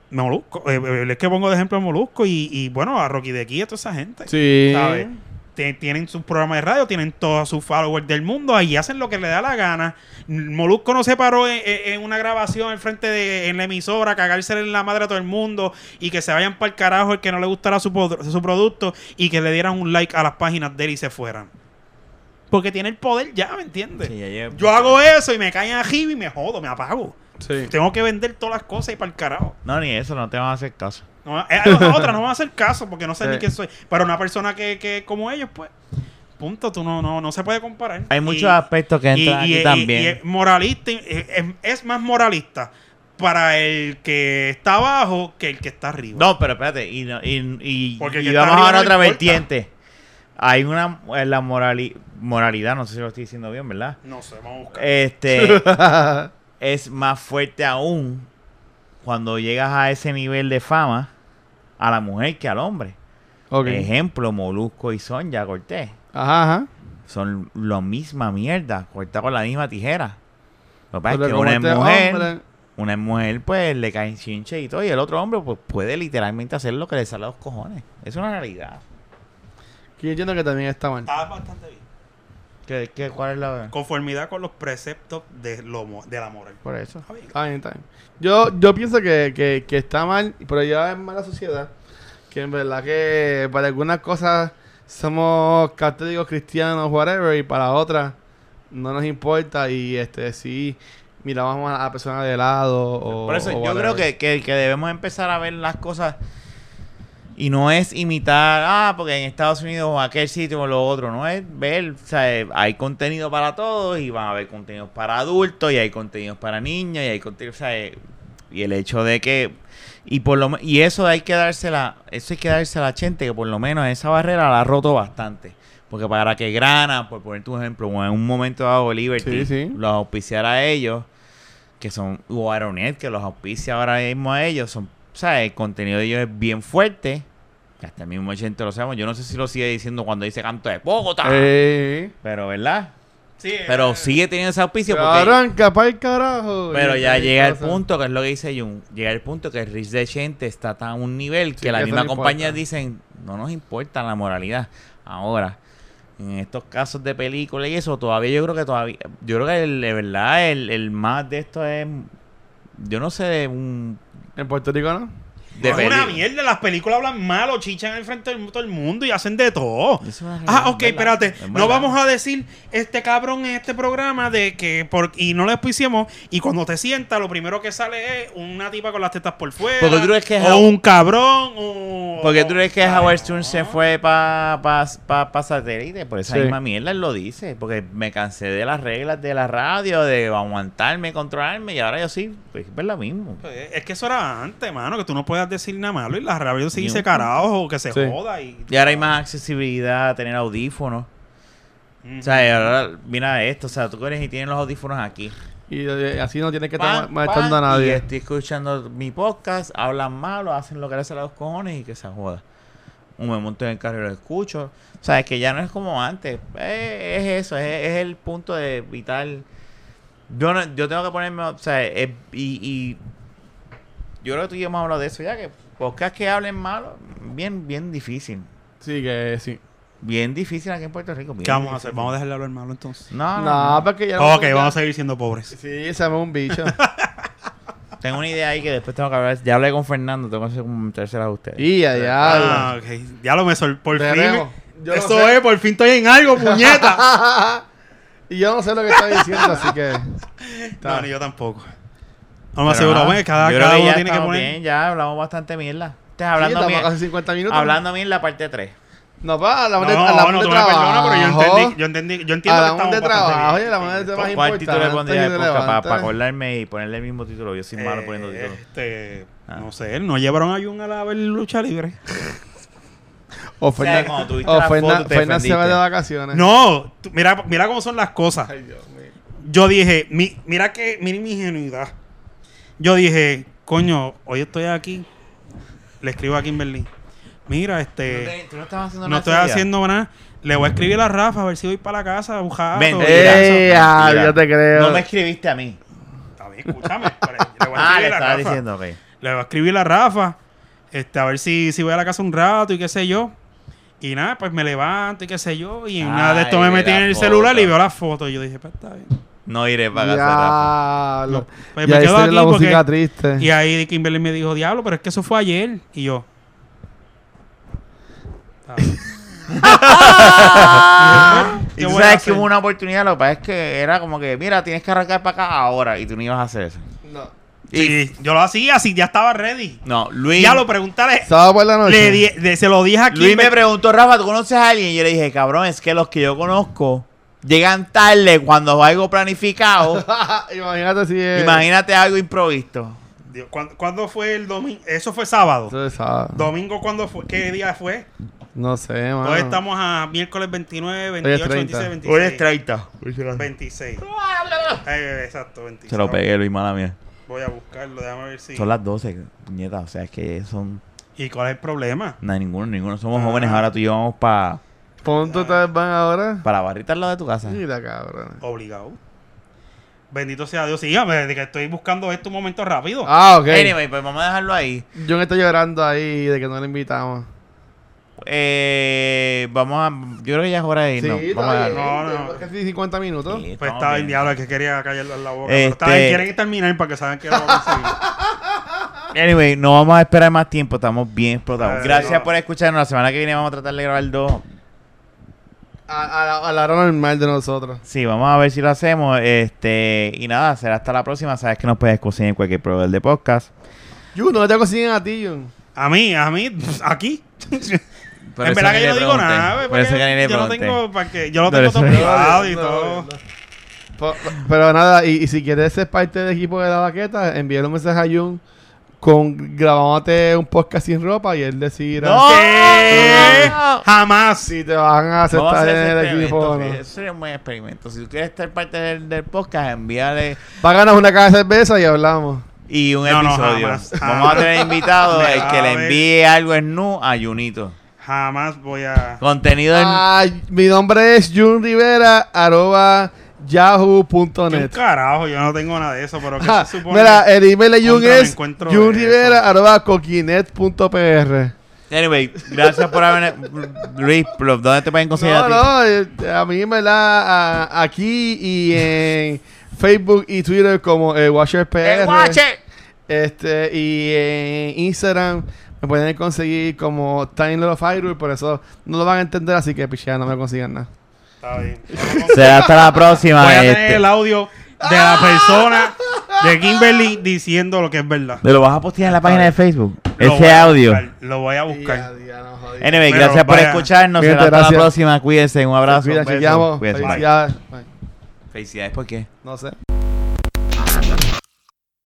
Molusco, eh, eh, es que pongo de ejemplo a Molusco y, y, bueno, a Rocky de aquí y a toda esa gente. Sí. ¿sabes? Te- Tienen sus programas de radio, tienen todos sus followers del mundo, ahí hacen lo que le da la gana. Molusco no se paró en, en- en una grabación en frente de en la emisora, a cagarse en la madre a todo el mundo y que se vayan para el carajo el que no le gustara su, pod- su producto y que le dieran un like a las páginas de él y se fueran. Porque tiene el poder ya, ¿me entiendes? Sí, ya llevo- Yo hago eso y me caen arriba y me jodo, me apago. Sí. Tengo que vender todas las cosas y para el carajo. No, ni eso, no te van a hacer caso. No, eh, a los [laughs] otros no van a hacer caso porque no sé Sí. ni quién soy. Pero una persona que, que como ellos, pues, punto, tú no, no, no se puede comparar. Hay Y- muchos aspectos que entran aquí y- también. y es moralista, y- es, es más moralista para el que está abajo que el que está arriba. no, pero espérate, y, no- y, y- Porque y el que vamos está ahora a arriba otra no le importa. vertiente. Hay una, eh, la morali- moralidad, no sé si lo estoy diciendo bien, ¿verdad? No sé, vamos a buscar. [laughs] Este, es más fuerte aún cuando llegas a ese nivel de fama a la mujer que al hombre. [laughs] ok. Ejemplo, Molusco y Sonja Cortés. Ajá, ajá. son la misma mierda, corta con la misma tijera. Lo que pasa es Pero Pues, que como una es este mujer, hombre- una es mujer, pues le caen chinche y todo, y el otro hombre, pues puede literalmente hacer lo que le sale a los cojones. Es una realidad. que yo entiendo que también está mal. Está bastante bien. ¿Qué, qué, cuál es la.? Conformidad con los preceptos de, lo, mo- de la moral. Por eso. Está bien. Está bien, está bien. Yo, yo pienso que, que, que está mal, pero ya es mala sociedad. Que en verdad que para algunas cosas somos católicos, cristianos, whatever, y para otras no nos importa. Y este sí miramos a, a personas de lado. O, Por eso o yo whatever. creo que, que- que debemos empezar a ver las cosas y no es imitar, ah, porque en Estados Unidos o aquel sitio o lo otro, no es ver, o sea, eh, hay contenido para todos y van a haber contenidos para adultos y hay contenidos para niños y hay contenido, o sea, eh, y el hecho de que y por lo me- y eso hay que dársela, eso hay que dársela a gente que por lo menos esa barrera la ha roto bastante. Porque para que Grana, por poner tu ejemplo, en un momento dado Liberty Sí, sí. los auspiciara a ellos, que son o Aeronet, que los auspicia ahora mismo a ellos, son, o sea, el contenido de ellos es bien fuerte Hasta el mismo 80 lo sabemos. Yo no sé si lo sigue diciendo cuando dice canto de Bogotá. Eh, Pero, ¿verdad? Sí, Pero eh, sigue teniendo ese auspicio se porque... arranca pa'l carajo. Pero Y ya ahí llega el pasa. punto, que es lo que dice Jun, llega el punto que el Rich de gente está a un nivel que Sí, la que eso misma no compañía importa. dicen, no nos importa la moralidad. Ahora, en estos casos de películas y eso, todavía yo creo que todavía, yo creo que el- de verdad el, el más de esto es, yo no sé, de un... En Puerto Rico no. De es una peli- mierda, las películas hablan malo, chichan al frente de todo el mundo y hacen de todo. Eso es una realidad, Ah, ok, es Eh, verdad, espérate. es No verdad. vamos a decir este cabrón en este programa de que por y no lo explicemos y cuando te sientas lo primero que sale es una tipa con las tetas por fuera. Porque tú crees que es o Howard- un cabrón o Porque tú crees que Ay, Howard no. Stern se fue para pa, pa- pa satélite, por esa Sí. misma mierda él lo dice, porque me cansé de las reglas de la radio, de aguantarme, controlarme, y ahora yo sí, pues es lo mismo. pues, Es que eso era antes, mano, que tú no puedas decir nada malo y la rabia se Ni dice un- carajo o que se Sí. joda y Y ahora hay más accesibilidad, tener audífonos. Ujú. O sea, eh, y ahora mira esto, o sea, tú eres y tienes los audífonos aquí. Y eh, así no tienes que Pan, estar molestando a pan, Y nadie. estoy escuchando mi podcast, hablan malo, hacen lo que les sale a los cojones y que se joda. Un me monto en el carro y lo escucho. O sea, es que ya no es como antes. Eh, es eso, es, es el punto de vital. Yo, no- yo tengo que ponerme, o sea, es- y, y yo creo que tú y yo hemos hablado de eso ya, que podcast que hablen malo, bien, bien difícil. Sí, que sí. Bien difícil aquí en Puerto Rico. bien ¿Qué vamos a difícil. hacer? Vamos a dejarle hablar malo entonces. No, no, No, no. porque ya. Ok, vamos a seguir siendo pobres. Sí, se llama un bicho. Tengo una idea ahí que después tengo que hablar. Ya hablé con Fernando, tengo que hacer un tercero a ustedes. y ya, ya. Ah, ok. Ya lo me sol por Veremos. fin. Yo no Eso sé. es, por fin estoy en algo, [laughs] puñeta. y yo no sé lo que está diciendo, así que. No, Está. ni yo tampoco. No me Pero aseguro, nada, bueno, cada, yo creo cada que uno ya tiene que estamos poner. bien, ya hablamos bastante mierda. Estás Sí, hablando estamos bien. casi 50 minutos. Hablando bien la parte 3. No, pa, No, hablamos de, no, hablamos no, de tú me trabajo. perdonas, pero yo entendí, yo entendí, yo entiendo que Hablamos estamos de bastante trabajo, bien. y hablamos de trabajo ¿Cuál título le importante. pondría al y podcast para relevante. acordarme y ponerle el mismo título? Yo soy malo poniendo Eh, títulos. este, Ah. No sé, no llevaron a Jun a la ver lucha libre. O sea, Fernan- cuando tuviste o la Fernan- foto, te Fernan se va de defendiste. vacaciones. No, tú- mira, mira cómo son las cosas. Ay, Dios mío. Yo dije, mi- mira que, mira mi ingenuidad. Yo dije, coño, hoy estoy aquí. Le escribo a Kimberly. Mira, este. ¿Tú no estabas haciendo No estoy haciendo nada. Le voy a escribir a Rafa a ver si voy para la casa a buscar. Ven, o- Mira, ¡Ey! eso- ah, mira. Yo te creo. No me escribiste a mí. Está bien, [laughs] escúchame. pero le voy a Ah, escribir le a estaba Rafa. diciendo, ok. Le voy a escribir a Rafa. Este, a ver si, si voy a la casa un rato y qué sé yo. Y nada, pues me levanto y qué sé yo. Y en nada de esto Ay, me ve metí la en el foto. celular y veo la foto. Y yo dije, pues está bien. No iré para casa. [laughs] Diablo. Pues y me ahí quedo sale aquí la porque- música Eh. triste. Y ahí Kimberly me dijo, diablo, pero es que eso fue ayer. Y yo. "Está [laughs] bien". Y ¿Qué tú voy a sabes que hacer? hubo una oportunidad, lo que pasa es que era como que, mira, tienes que arrancar para acá ahora y tú no ibas a hacer eso. No. Sí, yo lo hacía así, ya estaba ready. No, Luis. Ya lo preguntaré. Sábado por la noche. Le di- le- se lo dije a Luis me Kimberly. preguntó, Rafa, ¿tú conoces a alguien? Y yo le dije, cabrón, es que los que yo conozco llegan tarde cuando algo planificado. [laughs] Imagínate si es. Imagínate algo improvisto. Dios, ¿cuándo, cuándo fue el domingo? Eso fue sábado. Eso es sábado. ¿Domingo cuándo fue? ¿Qué día fue? No sé, mano. Ah. Hoy estamos a miércoles 29, es 28, 30. 26, 26. Hoy es 30. 26. Eh, exacto, 26. Se lo pegué, Luis, mala mía. Voy a buscarlo, déjame ver si. Son las 12, puñeta. O sea, es que son... ¿Y cuál es el problema? Nada, ninguno, ninguno. Somos Ah. jóvenes ahora. Tú y yo vamos para Punto ustedes van ahora. la barrita al lado de tu casa. Mira, cabrón. Obligado. Bendito sea Dios. Sígame, desde que estoy buscando esto un momento rápido. Ah, ok. Anyway, pues vamos a dejarlo ahí. John está llorando ahí de que no le invitamos. Eh, vamos a... Yo creo que ya es hora de irnos. vamos a está dejarlo. No, no. Llevamos Casi 50 minutos. Sí, pues estamos estaba el bien. diablo que quería callarlo en la boca. Este- Pero está bien, quieren terminar para que saben que lo vamos a conseguir. Anyway, no vamos a esperar más tiempo, estamos bien explotados. Eh, Gracias no. por escucharnos. La semana que viene vamos a tratar de grabar dos. A, a la, a la hora normal de nosotros. Sí, vamos a ver si lo hacemos. Este, y nada, será hasta la próxima. Sabes que nos puedes conseguir en cualquier proveedor de podcast. Jun, no te consiguen a ti, Jun. A mí, a mí, aquí. en verdad que yo no digo nada, güey, Por eso que ni porque le yo no pregunté. tengo para que yo lo Por tengo eso todo que- privado y No, todo. no. Po- Pero nada, y, y si quieres ser parte del equipo de la baqueta, envíale un mensaje a Jun con grabándote un podcast sin ropa y él decidirá ¡No! ¿Qué? Eh, Jamás. si te van a Vamos a aceptar hacer en ese el equipo experimento, o no. sí, Eso sería un buen experimento. Si tú quieres estar parte del, del podcast, envíale. Páganos una caja de cerveza y hablamos. y un No, no, episodio. jamás, Vamos a [laughs] tener invitado Mira, el que a le ver. envíe algo en nu a Junito. Jamás voy a. Contenido en Ay, mi nombre es Jun Rivera, arroba ¿Qué un yahoo.net. carajo? Yo no tengo nada de eso, pero ¿qué Ah, se supone? Mira, el email de Jun Contra, me es encuentro Jun de Rivera, arroba coquinet.pr. Anyway, gracias por haber. Luis, ¿por ¿dónde te pueden conseguir No, a ti? no, eh, a mí me la a- aquí y en [laughs] Facebook y Twitter como eh, WatcherPR. Este, y en Instagram me pueden conseguir como Tiny Little Firewall, por eso no lo van a entender, así que pichea, no me consigan nada. Está [laughs] bien. Será hasta la próxima. Voy a tener este. el audio de la persona de Kimberly diciendo lo que es verdad. ¿Te lo vas a postear en la página de Facebook? Lo voy Ese a audio. buscar, Lo voy a buscar. Anyway, Pero gracias por vaya. escucharnos. Cuídate, Será hasta la gracias. próxima. Cuídense. Un abrazo. Cuida, un beso. chequeamos. Cuídense. Bye. Felicidades. Bye. Felicidades, ¿por qué? No sé.